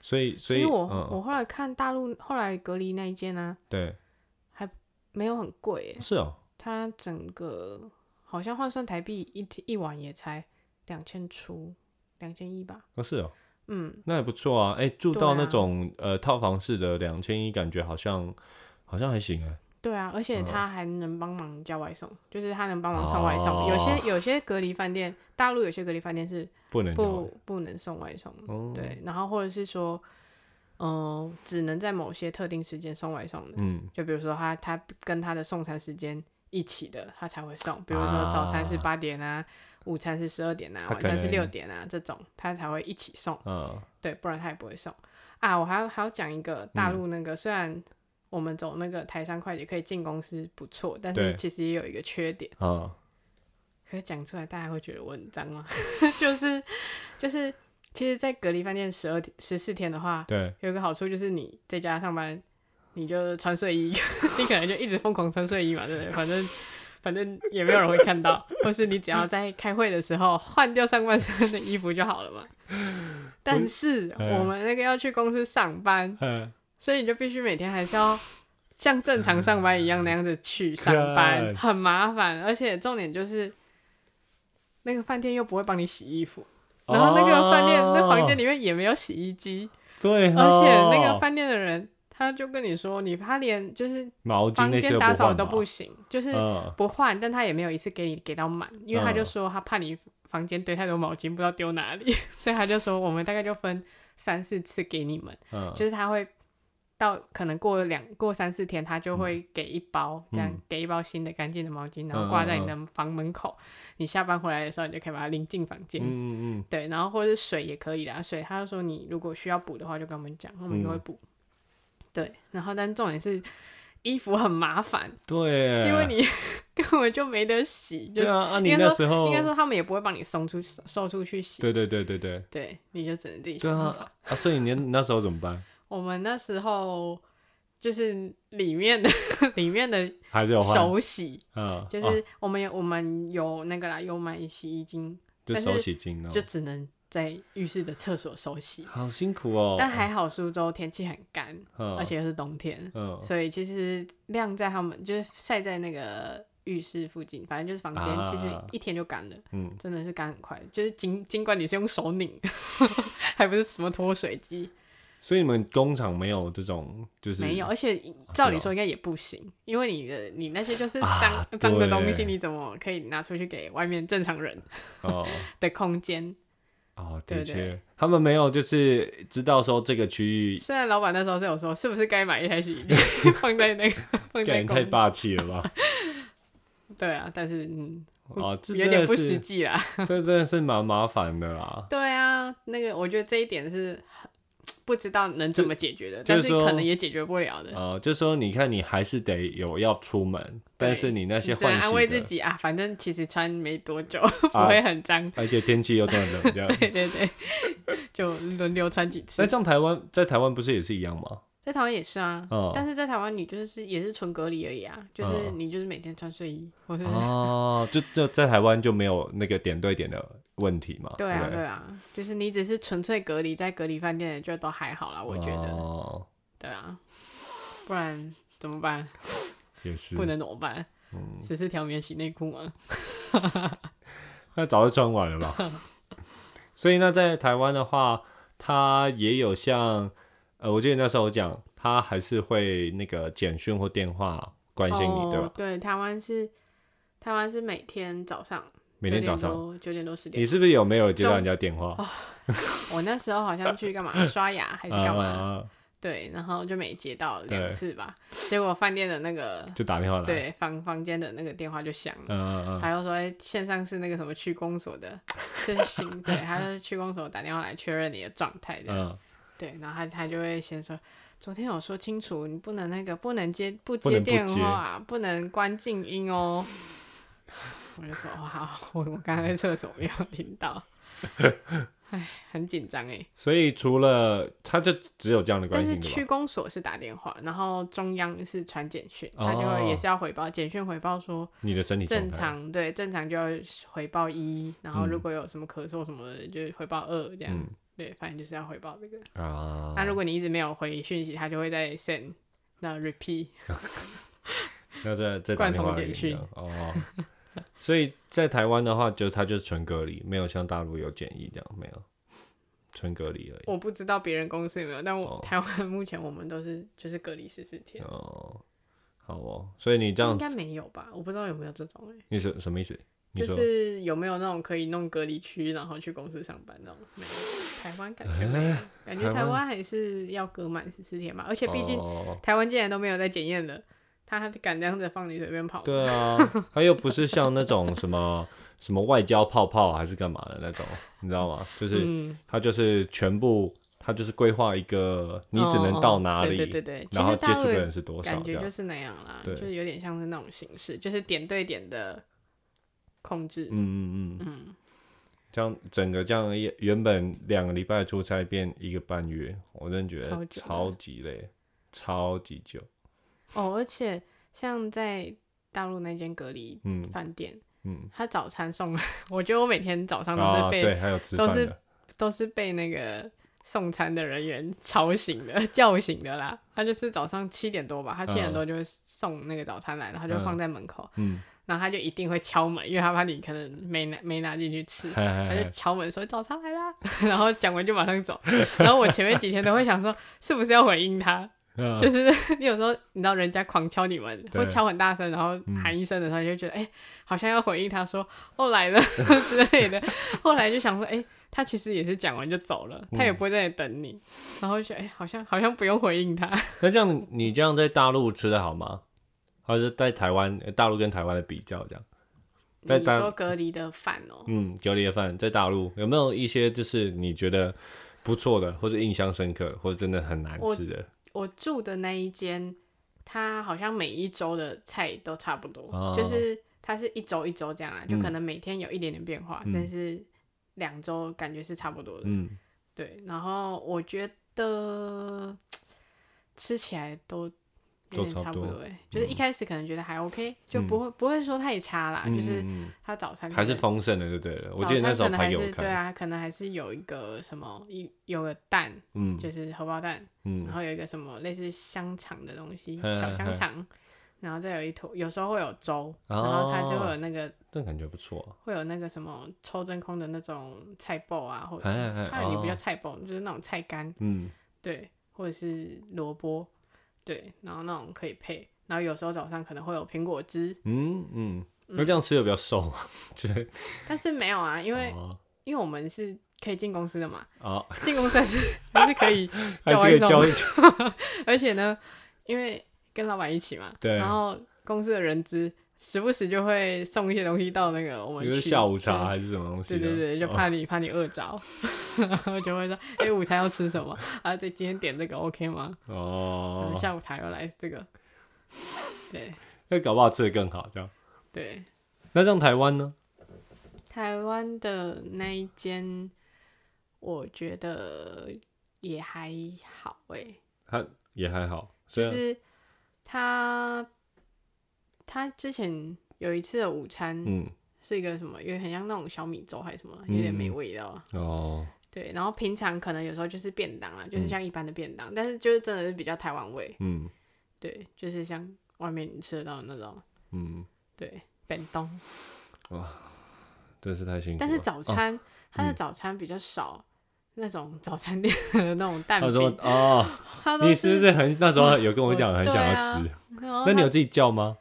A: 所以所
B: 其
A: 以
B: 实我、
A: 嗯
B: 我后来看大陆后来隔离那一间呢、
A: 对
B: 没有很贵耶，
A: 是哦，
B: 它整个好像换算台币一天一晚也才两千出，两千一吧。
A: 哦是哦，
B: 嗯，
A: 那也不错啊。哎，住
B: 对
A: 到那
B: 啊
A: 种呃套房式的两千一，感觉好像好像还行哎。
B: 对啊，而且
A: 嗯
B: 他还能帮忙叫外送，就是他能帮忙送外送。有
A: 哦
B: 些有些隔离饭店，大陆有些隔离饭店是
A: 不能
B: 不
A: 交，
B: 不能送外送的。
A: 哦，
B: 对，然后或者是说，嗯、只能在某些特定时间送外送的，
A: 嗯，
B: 就比如说他他跟他的送餐时间一起的，他才会送，比如说早餐是
A: 啊
B: 八点啊，午餐是十二点啊，
A: 他
B: 晚
A: 可
B: 餐是六
A: 能
B: 点啊，这种他才会一起送，
A: 嗯
B: 对，不然他也不会送啊。我还要还要讲一个大
A: 嗯
B: 陆那个，虽然我们走那个台商快捷可以进公司不错，但
A: 对
B: 是其实也有一个缺点。
A: 啊
B: 可是讲出来，大家会觉得我很脏吗？ 就是就是，其实，在隔离饭店十二十四天的话，
A: 对，
B: 有一个好处就是你在家上班，你就穿睡衣， 你可能就一直疯狂穿睡衣嘛，对不对？反正反正也没有人会看到， 或是你只要在开会的时候换掉上半身的衣服就好了嘛。但是
A: 嗯
B: 我们那个要去公司上班，
A: 嗯，
B: 所以你就必须每天还是要像正常上班一样那样子去上
A: 看
B: 班，很麻烦。而且重点就是，那个饭店又不会帮你洗衣服，然后那个饭
A: 哦
B: 店、那房间
A: 里，
B: 里面也没有洗衣机，
A: 对哦，
B: 而且那个饭店的人他就跟你说，你他连就是
A: 毛巾
B: 房
A: 那些
B: 间
A: 都
B: 打扫
A: 换
B: 都
A: 吧
B: 不行，就是
A: 嗯
B: 不换，但他也没有一次给你给到满，因为他
A: 嗯
B: 就说他怕你房间堆太多毛巾不知道丢哪里， 所以他就说我们大概就分三四次给你们。
A: 嗯，
B: 就是他会到可能过两过三四天，他就会给一包、这样
A: 嗯
B: 给一包新的干净的毛巾，然后挂在你的房门口。你下班回来的时候，你就可以把它拎进房间。
A: 嗯嗯
B: 对，然后或者是水也可以啦，水他就说你如果需要补的话，就跟我们讲，我
A: 嗯
B: 们就会补。对，然后但重点是衣服很麻烦，
A: 嗯，对，
B: 因为你 根本就没得洗，就
A: 对啊，啊你
B: 应该
A: 那
B: 说
A: 时候
B: 应该说他们也不会帮你送出送出去洗，
A: 对对对对对
B: 对，你就只能自己
A: 对
B: 想办法。
A: 啊啊，所以你那时候怎么办？
B: 我们那时候就是里面的 里面的
A: 还是有换，
B: 手洗，
A: 嗯，
B: 就
A: 哦
B: 是我们有、我们有那个啦，有买洗衣精，
A: 就
B: 但是
A: 手洗巾哦
B: 就，只能在浴室的厕所手洗。
A: 好辛苦哦，
B: 但还好，苏州天气很干，
A: 嗯
B: 而且又是冬天，
A: 嗯
B: 所以其实晾在他们就是晒在那个浴室附近，反正就是房间，其实
A: 啊
B: 一天就干了，
A: 嗯，
B: 真 的是干很快。就是尽尽管你是用手拧，还不是什么脱水机，
A: 所以你们工厂没有这种，就是哦
B: 没有，而且照理说应该也不行，因为你的你那些就是
A: 啊
B: 脏脏、的东西，
A: 对
B: 你怎么可以拿出去给外面正常人
A: 哦
B: 的空间？
A: 哦，
B: 对
A: 的
B: 对
A: 确，他们没有就是知道说这个区域，
B: 虽然老板那时候是有说，是不是该买一台洗衣机 放在那个放在
A: 感觉太
B: 公
A: 霸气了 吧？
B: 对啊，但是嗯，
A: 哦，这
B: 有
A: 真
B: 点
A: 的
B: 不实
A: 是，
B: 际啦。
A: 这真的是蛮麻烦的啦。
B: 对啊，那个我觉得这一点是很不知道能怎么解决的，
A: 就
B: 但
A: 就是是
B: 可
A: 说
B: 能也解决不了的。
A: 呃，就说你看，你还是得有要出门，但是你那
B: 你
A: 些
B: 只能
A: 换
B: 嗯安慰
A: 洗
B: 自
A: 的，啊
B: 己啊，反正其实穿没多久， 不会很脏。
A: 而且天气又这么 冷，这样。
B: 对对对， 就轮流穿几次
A: 那。这样台湾在台湾不是也是一样吗？
B: 在台湾也是啊，
A: 哦
B: 但是在台湾你就是也是纯隔离而已啊，就是
A: 嗯
B: 你就是每天穿睡衣，或是、
A: 哦，就就在台湾就没有那个点对点的问题嘛？
B: 对啊
A: 不
B: 对啊，就是你只是纯粹隔离，在隔离饭店就都还好啦，我觉得，
A: 哦，
B: 对啊，不然怎么办？
A: 也是
B: 不。能怎么办？
A: 嗯，
B: 十四条免洗内裤吗？
A: 那早就穿完了 吧？所以那在台湾的话，它也有像呃，我记得那时候我讲，他还是会那个简讯或电话关心你，对
B: 哦
A: 吧？，
B: 对，台湾是台湾是每天早上
A: 每天早
B: 9点
A: 上，
B: 多九点多十点
A: 你，是不是有没有接到
B: 中
A: 人家电话？
B: 我那时候好像去 干嘛刷牙哦还
A: 还
B: 是干嘛？
A: 嘛？
B: 对，然后就没接到两
A: 啊对
B: 次吧，结果饭店的 那个
A: 就打电话来。，
B: 对房房间的那个电话就响了。
A: 嗯嗯
B: 还有说，哎线上是那个什么区公所的，是行，对，他就区公所打电话来确认你的状态
A: 嗯
B: 这样，
A: 嗯，
B: 对，然后他他就会先说，昨天有说清楚，你不能那个，不能接不
A: 不
B: 接
A: 能不
B: 电
A: 接
B: 话啊，不能关静音哦。 我就说，哦好，我我刚刚在厕所没有 听到，哎，很紧张哎。
A: 所以除了他就只有这样的关
B: 但
A: 心的
B: 是
A: 吧？
B: 区公所是打电话，然后中央是传简讯，
A: 哦
B: 他就会也是要回报，简讯回报说
A: 你的身体状
B: 正
A: 态
B: 常，对，正常就要回报一，然后
A: 嗯
B: 如果有什么咳嗽什么的，就回报二这样。
A: 嗯
B: 对，反正就是要回报这个。
A: 啊，
B: 那、如果你一直没有回讯息，他就会再 send 那 repeat。
A: 那再再打
B: 罐
A: 电
B: 头
A: 话
B: 简
A: 给你
B: 讯
A: 了哦。 所以在台湾的话，就它就是纯隔离，没有像大陆有检疫这样，没有纯隔离而已。
B: 我不知道别人公司有没有，但我、
A: 哦
B: 台湾 目前我们都是就是隔离十四天，
A: 哦，好哦，所以你这样
B: 应，该没有吧？我不知道有没有这种哎、
A: 你什什么意思？你
B: 就
A: 说，
B: 是有没有那种可以弄隔离区，然后去公司上班那种？没有，台湾感觉没有，感觉
A: 啊台湾
B: 台湾还是要隔满十四天嘛。而且毕竟
A: 哦、
B: 台湾竟然都没有在检验了，他还敢这样子放你随便跑？
A: 对啊，它又不是像那种什么 什么外交泡泡还是干嘛的那种，你知道吗？就是
B: 嗯，
A: 它就是全部，它就是规划一个你只
B: 哦
A: 能
B: 哦
A: 到哪里，
B: 对对对对，其
A: 然后
B: 实
A: 接
B: 大
A: 触
B: 陆
A: 的
B: 的
A: 人是多少
B: 感
A: 这
B: 觉
A: 样
B: 就是那样啦，就
A: 对
B: 是有点像是那种形式，就是点对点的控制。
A: 嗯嗯嗯，
B: 嗯，
A: 这样整个这样一原本两个礼拜的出差变一个半月，我真的觉
B: 超
A: 得超级
B: 级累
A: 累，超级久。
B: 哦，而且像在大陆那间隔离
A: 嗯
B: 饭店，
A: 嗯，
B: 他早餐送来， 我觉得我每天早上都
A: 啊
B: 是被
A: 对，还有吃
B: 都
A: 饭
B: 是
A: 的，
B: 都是被那个送餐的人员吵醒的、 叫醒的啦。他就是早上七点多吧，他七点多就会送那个早餐来，然后就放在门口，
A: 嗯，
B: 然后他就一定会敲门，因为他怕你可能没拿没拿进去吃。
A: 嗨嗨
B: 他就
A: 嗨
B: 敲门说早餐 来啦，然后讲完就马上走。然后我前面几天都会想说，是不是要回应他？
A: 嗯
B: 就是你有时候你知道人家狂敲你们，
A: 对嗯
B: 会敲很大声，然后喊一声的时候，你就觉得哎、好像要回应他说哦来 了之类的。后来就想说，哎、他其实也是讲完就走了，他
A: 嗯
B: 也不会在那里等你。然后就觉得哎、好像好像不用回应他。
A: 那这样你这样在大陆吃的好吗？还是在台湾呃大陆跟台湾的比较这样？在
B: 你
A: 当
B: 说隔离的饭哦、
A: 嗯，隔离的饭在大陆有没有一些就是你觉得不错的，或者印象深刻，或者真的很难
B: 我
A: 吃的？
B: 我住的那一间，它好像每一周的菜都差不多，
A: 哦
B: 就是它是一周一周这样啊，就
A: 嗯
B: 可能每天有一点点变化，
A: 嗯
B: 但是两周感觉是差不多的。
A: 嗯，
B: 对，然后我觉得吃起来都有
A: 都
B: 点
A: 差
B: 差
A: 不
B: 不
A: 多嗯
B: 多哎，就是一开始可能觉得还 OK，、就不会不会说太差啦，
A: 嗯
B: 啊就是
A: 嗯嗯
B: 它早餐
A: 还是
B: 可能。
A: 丰盛的就对了。我
B: 早
A: 记得那
B: 餐
A: 时候
B: 可能
A: 拍
B: 还
A: 给
B: 是
A: 我
B: 对
A: 看，
B: 啊，可能还是有一个什么一有个蛋，
A: 嗯
B: 就是荷包蛋，
A: 嗯
B: 然后有一个什么类似香肠的东西，
A: 嗯
B: 小香
A: 嗯哦
B: 肠，然后再有一坨，有时候会有粥，然后它就会有那个
A: 这感觉不错啊、
B: 会有那个什么抽真空的那种菜包啊，或者
A: 哎哎哎
B: 它也不叫
A: 哦
B: 菜包，就是那种菜干，
A: 嗯，
B: 对，或者是萝卜，对，然后那种可以配，然后有时候早上可能会有苹果汁，
A: 嗯嗯，那这样吃有比较瘦吗？ 就是
B: 但是没有啊，因为、
A: 哦
B: 因为我们是可以进公司的嘛，
A: 哦，
B: 进公司还是还是 可以，
A: 还是
B: 叫
A: 可以
B: 外送
A: 教一
B: 而且呢，因为跟老板一起嘛，
A: 对
B: 然后公司的人资时不时就会送一些东西到那个我们
A: 你是
B: 去
A: 下午茶还是什么东西
B: 对
A: 的？
B: 对对，就
A: 哦
B: 怕你、怕你饿着， 然后就会说，哎、午餐要吃什么啊？这今天点这个 OK 吗？然后
A: 哦，
B: 下午茶又来这个，对
A: 那搞不好吃的更好这样。
B: 对，
A: 那像台湾呢？
B: 台湾的那一间，我觉得也还好哎、
A: 它也还好，虽
B: 就
A: 然
B: 是他他之前有一次的午餐
A: 嗯
B: 是一个什么，有点很像那种小米粥还是什么，有点没
A: 嗯
B: 味道啊。
A: 哦
B: 对，然后平常可能有时候就是便当啦，啊就是像一般的便当，但是就是真的是比较台湾味，
A: 嗯
B: 对，就是像外面你吃得到的那种，
A: 嗯，
B: 对，便当。
A: 真是太辛苦了。
B: 但是早餐，它的
A: 哦嗯
B: 早餐比较少那种早餐店的那种蛋
A: 他说
B: 饼，
A: 哦，
B: 它都
A: 你是不是很那时候有跟我讲
B: 我
A: 很想要
B: 对啊
A: 吃？
B: 然后
A: 那你
B: 它
A: 有自己叫吗？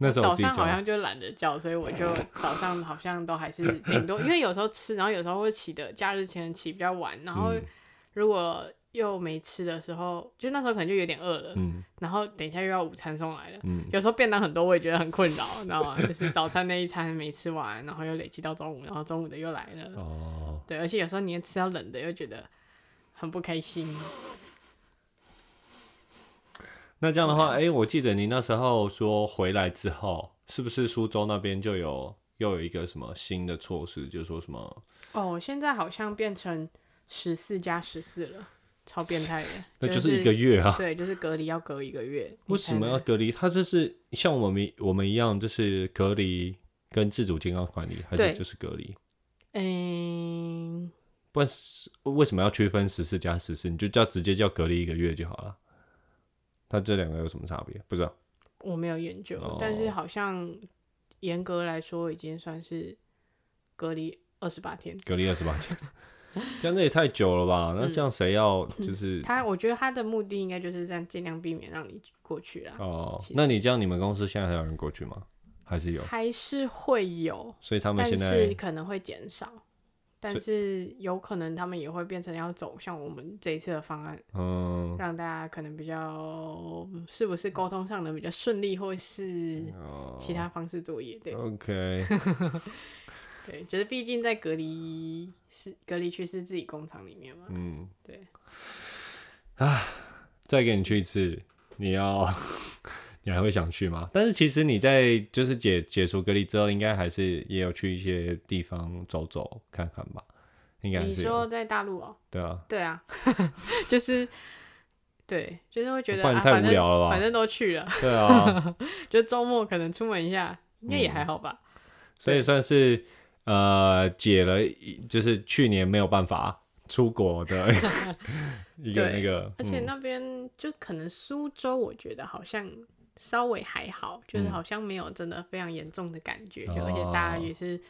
A: 那时候
B: 早
A: 我自己
B: 上
A: 叫
B: 好，像就懒得叫，所以我就早上好像都还是顶多，因为有时候吃，然后有时候会起的假日前起比较晚，然后
A: 嗯
B: 如果又没吃的时候，就那时候可能就有点饿了，
A: 嗯
B: 然后等一下又要午餐送来了。
A: 嗯
B: 有时候便当很多，我也觉得很困扰，你知道吗？就是早餐那一餐没吃完，然后又累积到中午，然后中午的又来了，
A: 哦，
B: 对，而且有时候你也吃到冷的，又觉得很不开心。
A: 那这样的话，
B: 啊
A: 哎、我记得你那时候说回来之后，是不是苏州那边就有又有一个什么新的措施，就说什么？，
B: 哦，现在好像变成十四加十四了，超变态的
A: 那
B: 就
A: 就是一个月啊，
B: 对，就是隔离要隔一个月。
A: 为什么要
B: 你才能？
A: 隔离？它这是像我们我们一样，就是隔离跟自主健康管理，还是
B: 对
A: 就是隔离？
B: 嗯，
A: 不然是为什么要区分十四加十四？你就叫直接叫隔离一个月就好了。它这两个有什么差别？不知道。
B: 我没有研究，
A: 哦
B: 但是好像严格来说已经算是隔离二十八天。
A: 隔离二十八 天，这样这也太久了吧？
B: 嗯
A: 那这样谁要就是、
B: 他我觉得他的目的应该就是让尽量避免让你过去啦，
A: 哦
B: 其？实
A: 那你这样，你们公司现在还有人过去吗？还是有？
B: 还是会有，
A: 所以他们
B: 但
A: 现
B: 是
A: 在
B: 可能会减少。但
A: 所以
B: 是有可能他们也会变成要走向我们这一次的方案，
A: 嗯
B: 让大家可能比较是不是沟通上能比较顺利，或是
A: 哦嗯
B: 其他方式作业。对，
A: OK
B: 对，就是毕竟在隔离是隔离区是自己工厂里面嘛，
A: 嗯
B: 对，
A: 再给你去一次，你要 你还会想去吗？但是其实你在就是解解除隔离之后，应该还是也有去一些地方走走看看吧，应该还
B: 你
A: 是有
B: 说在大陆哦、
A: 对啊，
B: 对啊， 就是对，就是会觉得
A: 不然
B: 啊，
A: 太
B: 反
A: 无
B: 正
A: 聊了吧
B: 反正都去了，
A: 对啊，
B: 就周末可能出门一下，应该也
A: 嗯
B: 还好吧。
A: 所以算是呃解了一，就是去年没有办法出国 的一个那
B: 对
A: 个，
B: 而且
A: 嗯
B: 那边就可能苏州，我觉得好像稍微还好，就是
A: 嗯
B: 好像没有真的非常严重的感觉，
A: 哦
B: 就而且大家也是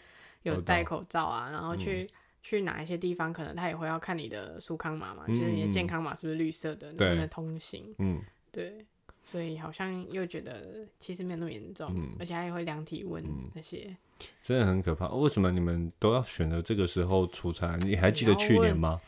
B: 有
A: 口罩
B: 戴口罩啊，
A: 嗯
B: 然后去。去哪一些地方，可能他也会要看你的苏康码嘛，就是你
A: 嗯嗯
B: 的
A: 嗯
B: 健康码是不是绿色的，能
A: 对
B: 不能通行？
A: 嗯
B: 对，所以好像又觉得其实没有那么严重，
A: 嗯
B: 而且还会量体温
A: 嗯
B: 那些。
A: 真的很可怕。为什么你们都要选择这个时候出差？你还记得
B: 你要
A: 去年
B: 问
A: 吗？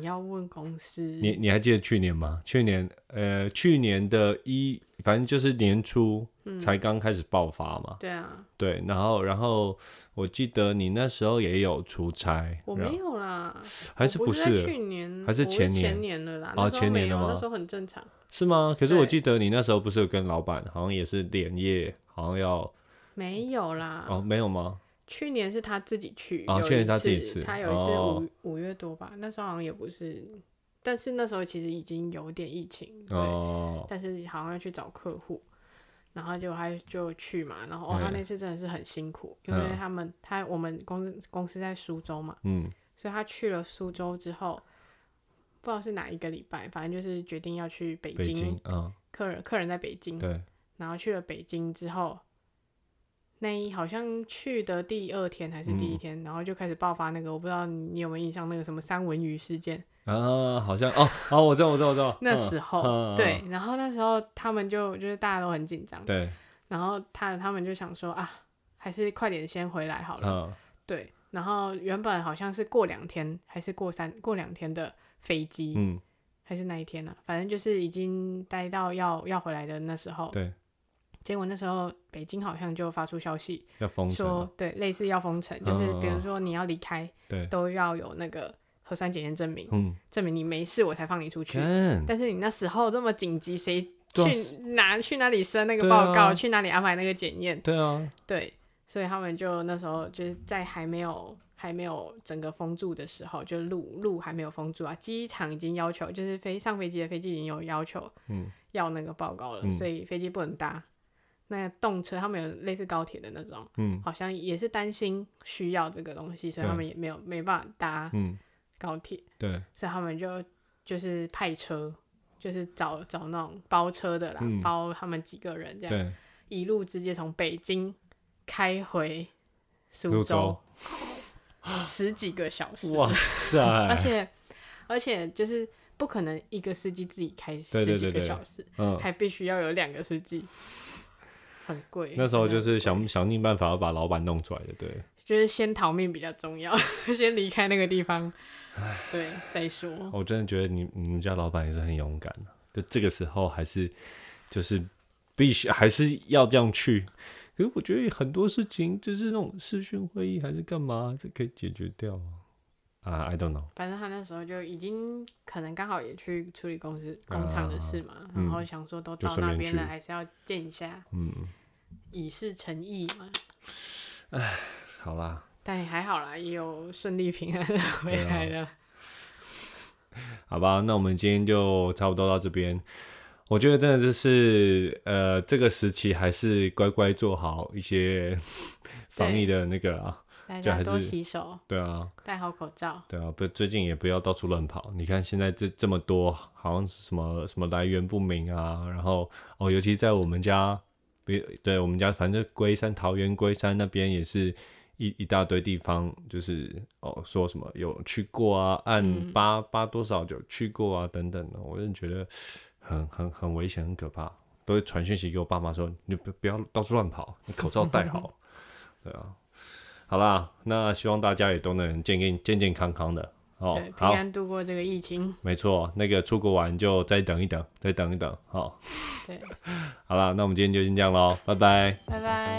B: 你要问公司，
A: 你你还记得去年吗？去年呃，去年的一反正就是年初才刚开始爆发嘛，
B: 对啊，
A: 对。然后然后我记得你那时候也有出差，
B: 我
A: 然
B: 没
A: 后
B: 有啦，
A: 还是
B: 我不
A: 是
B: 在去年
A: 还是
B: 我是
A: 前
B: 前
A: 年
B: 了啦，
A: 哦
B: 那时候
A: 前年
B: 没有
A: 了吗
B: 那时候很正常。
A: 是吗？可是我
B: 对
A: 记得你那时候不是有跟老板好像也是连夜，好像要
B: 没有啦，
A: 哦，没有吗？
B: 去年是他自己去，
A: 哦
B: 有一
A: 去年他
B: 次
A: 自己去
B: 他有一次五、
A: 哦
B: 五月多吧，那时候好像也不是，但是那时候其实已经有点疫情，对，
A: 哦，
B: 但是好像要去找客户，然后就他就去嘛，然后哦，他
A: 嗯
B: 那次真的是很辛苦，因为
A: 嗯
B: 他们他我们公司公司在苏州嘛，
A: 嗯
B: 所以他去了苏州之后，不知道是哪一个礼拜，反正就是决定要去北
A: 北京，嗯，
B: 客人客人在北京，
A: 对，
B: 然后去了北京之后，那一好像去的第二天还是第
A: 嗯
B: 一天，然后就开始爆发那个，我不知道你有没有印象那个什么三文鱼事件。
A: 啊，好像哦哦，我知道，我知道，我知道。
B: 那
A: 嗯
B: 时候、
A: 嗯嗯
B: 对，然后那时候他们就就是大家都很紧张，
A: 对，
B: 然后他他们就想说啊，还是快点先回来好了。
A: 嗯
B: 对，然后原本好像是过两天还是过三过两天的飞机，
A: 嗯，
B: 还是那一天呢、反正就是已经待到要要回来的那时候。
A: 对，
B: 结果那时候北京好像就发出消息
A: 要封城
B: 说
A: 了，，
B: 对，类似要封城，就是
A: 嗯
B: 比
A: 嗯
B: 如
A: 嗯
B: 说你要离开，
A: 对，
B: 都要有那个核酸检验证明，
A: 嗯，
B: 证明你没事，我才放你出去。
A: 看，
B: 但是你那时候这么紧急，谁
A: 对啊
B: 去哪去哪里生那个
A: 对
B: 报告，
A: 啊
B: 去哪里安排那个检验？
A: 对啊，
B: 对，所以他们就那时候就是在还没有还没有整个封住的时候，就路路还没有封住啊，机场已经要求就是飞上飞机的飞机已经有要求
A: 嗯，
B: 要那个报告了，
A: 嗯
B: 所以飞机不能搭。那动车他们有类似高铁的那种，
A: 嗯，
B: 好像也是担心需要这个东西，所以他
A: 对
B: 们也没有没办法搭
A: 嗯，
B: 高铁，
A: 对，
B: 所以他们就就是派车，就是找找那种包车的啦，
A: 嗯
B: 包他们几个人这样。
A: 对，
B: 一路直接从北京开回苏
A: 泸州
B: 州，，十几个小时，
A: 哇塞，
B: 而且而且就是不可能一个司机自己开
A: 对对
B: 十几
A: 对
B: 个
A: 对
B: 小时，
A: 嗯，
B: 还必须要有两个司机，很贵。
A: 那时候
B: 真
A: 就
B: 的
A: 是
B: 很贵
A: 想想尽办法要把老板弄出来的，对，
B: 就是先逃命比较重要， 先离开那个地方，对，再说。
A: 我真的觉得你你们家老板也是很勇敢的、就这个时候还是就是必须还是要这样去。可是我觉得很多事情就是那种视讯会议还是干嘛，这可以解决掉啊。啊、i don't know，
B: 反正他那时候就已经可能刚好也去处理公司工厂的事嘛，
A: 嗯
B: 然后想说都
A: 就
B: 到
A: 顺
B: 那
A: 便
B: 边了，
A: 去
B: 还是要见一下，
A: 嗯，
B: 以示诚意嘛。
A: 好啦，
B: 但也还好啦，也有顺利平安的
A: 啊
B: 回来了。
A: 好吧，那我们今天就差不多到这边。我觉得真的就是呃，这个时期还是乖乖做好一些 防疫的那个啦。
B: 大
A: 就还
B: 家
A: 是
B: 多洗手，
A: 对啊，
B: 戴好口罩。
A: 对啊，不，最近也不要到处乱跑。你看现在这这么多，好像是什么什么来源不明啊，然后哦，尤其在我们家，比对我们家，反正龟山桃园龟山那边也是一一大堆地方，就是哦说什么有去过啊，按
B: 嗯
A: 八八多少有去过啊等等的，我就觉得很很很危险，很可怕。都会传讯息给我爸妈说，你不不要到处乱跑，你口罩戴 好。对啊，好啦，那希望大家也都能健健健健康康的哦
B: 对，。平
A: 好，
B: 安度过这个疫情。
A: 没错，那个出国玩就再等一等，再等一等。好，
B: 对，
A: 好啦，那我们今天就先这样喽，拜拜。
B: 拜拜。
A: 嗯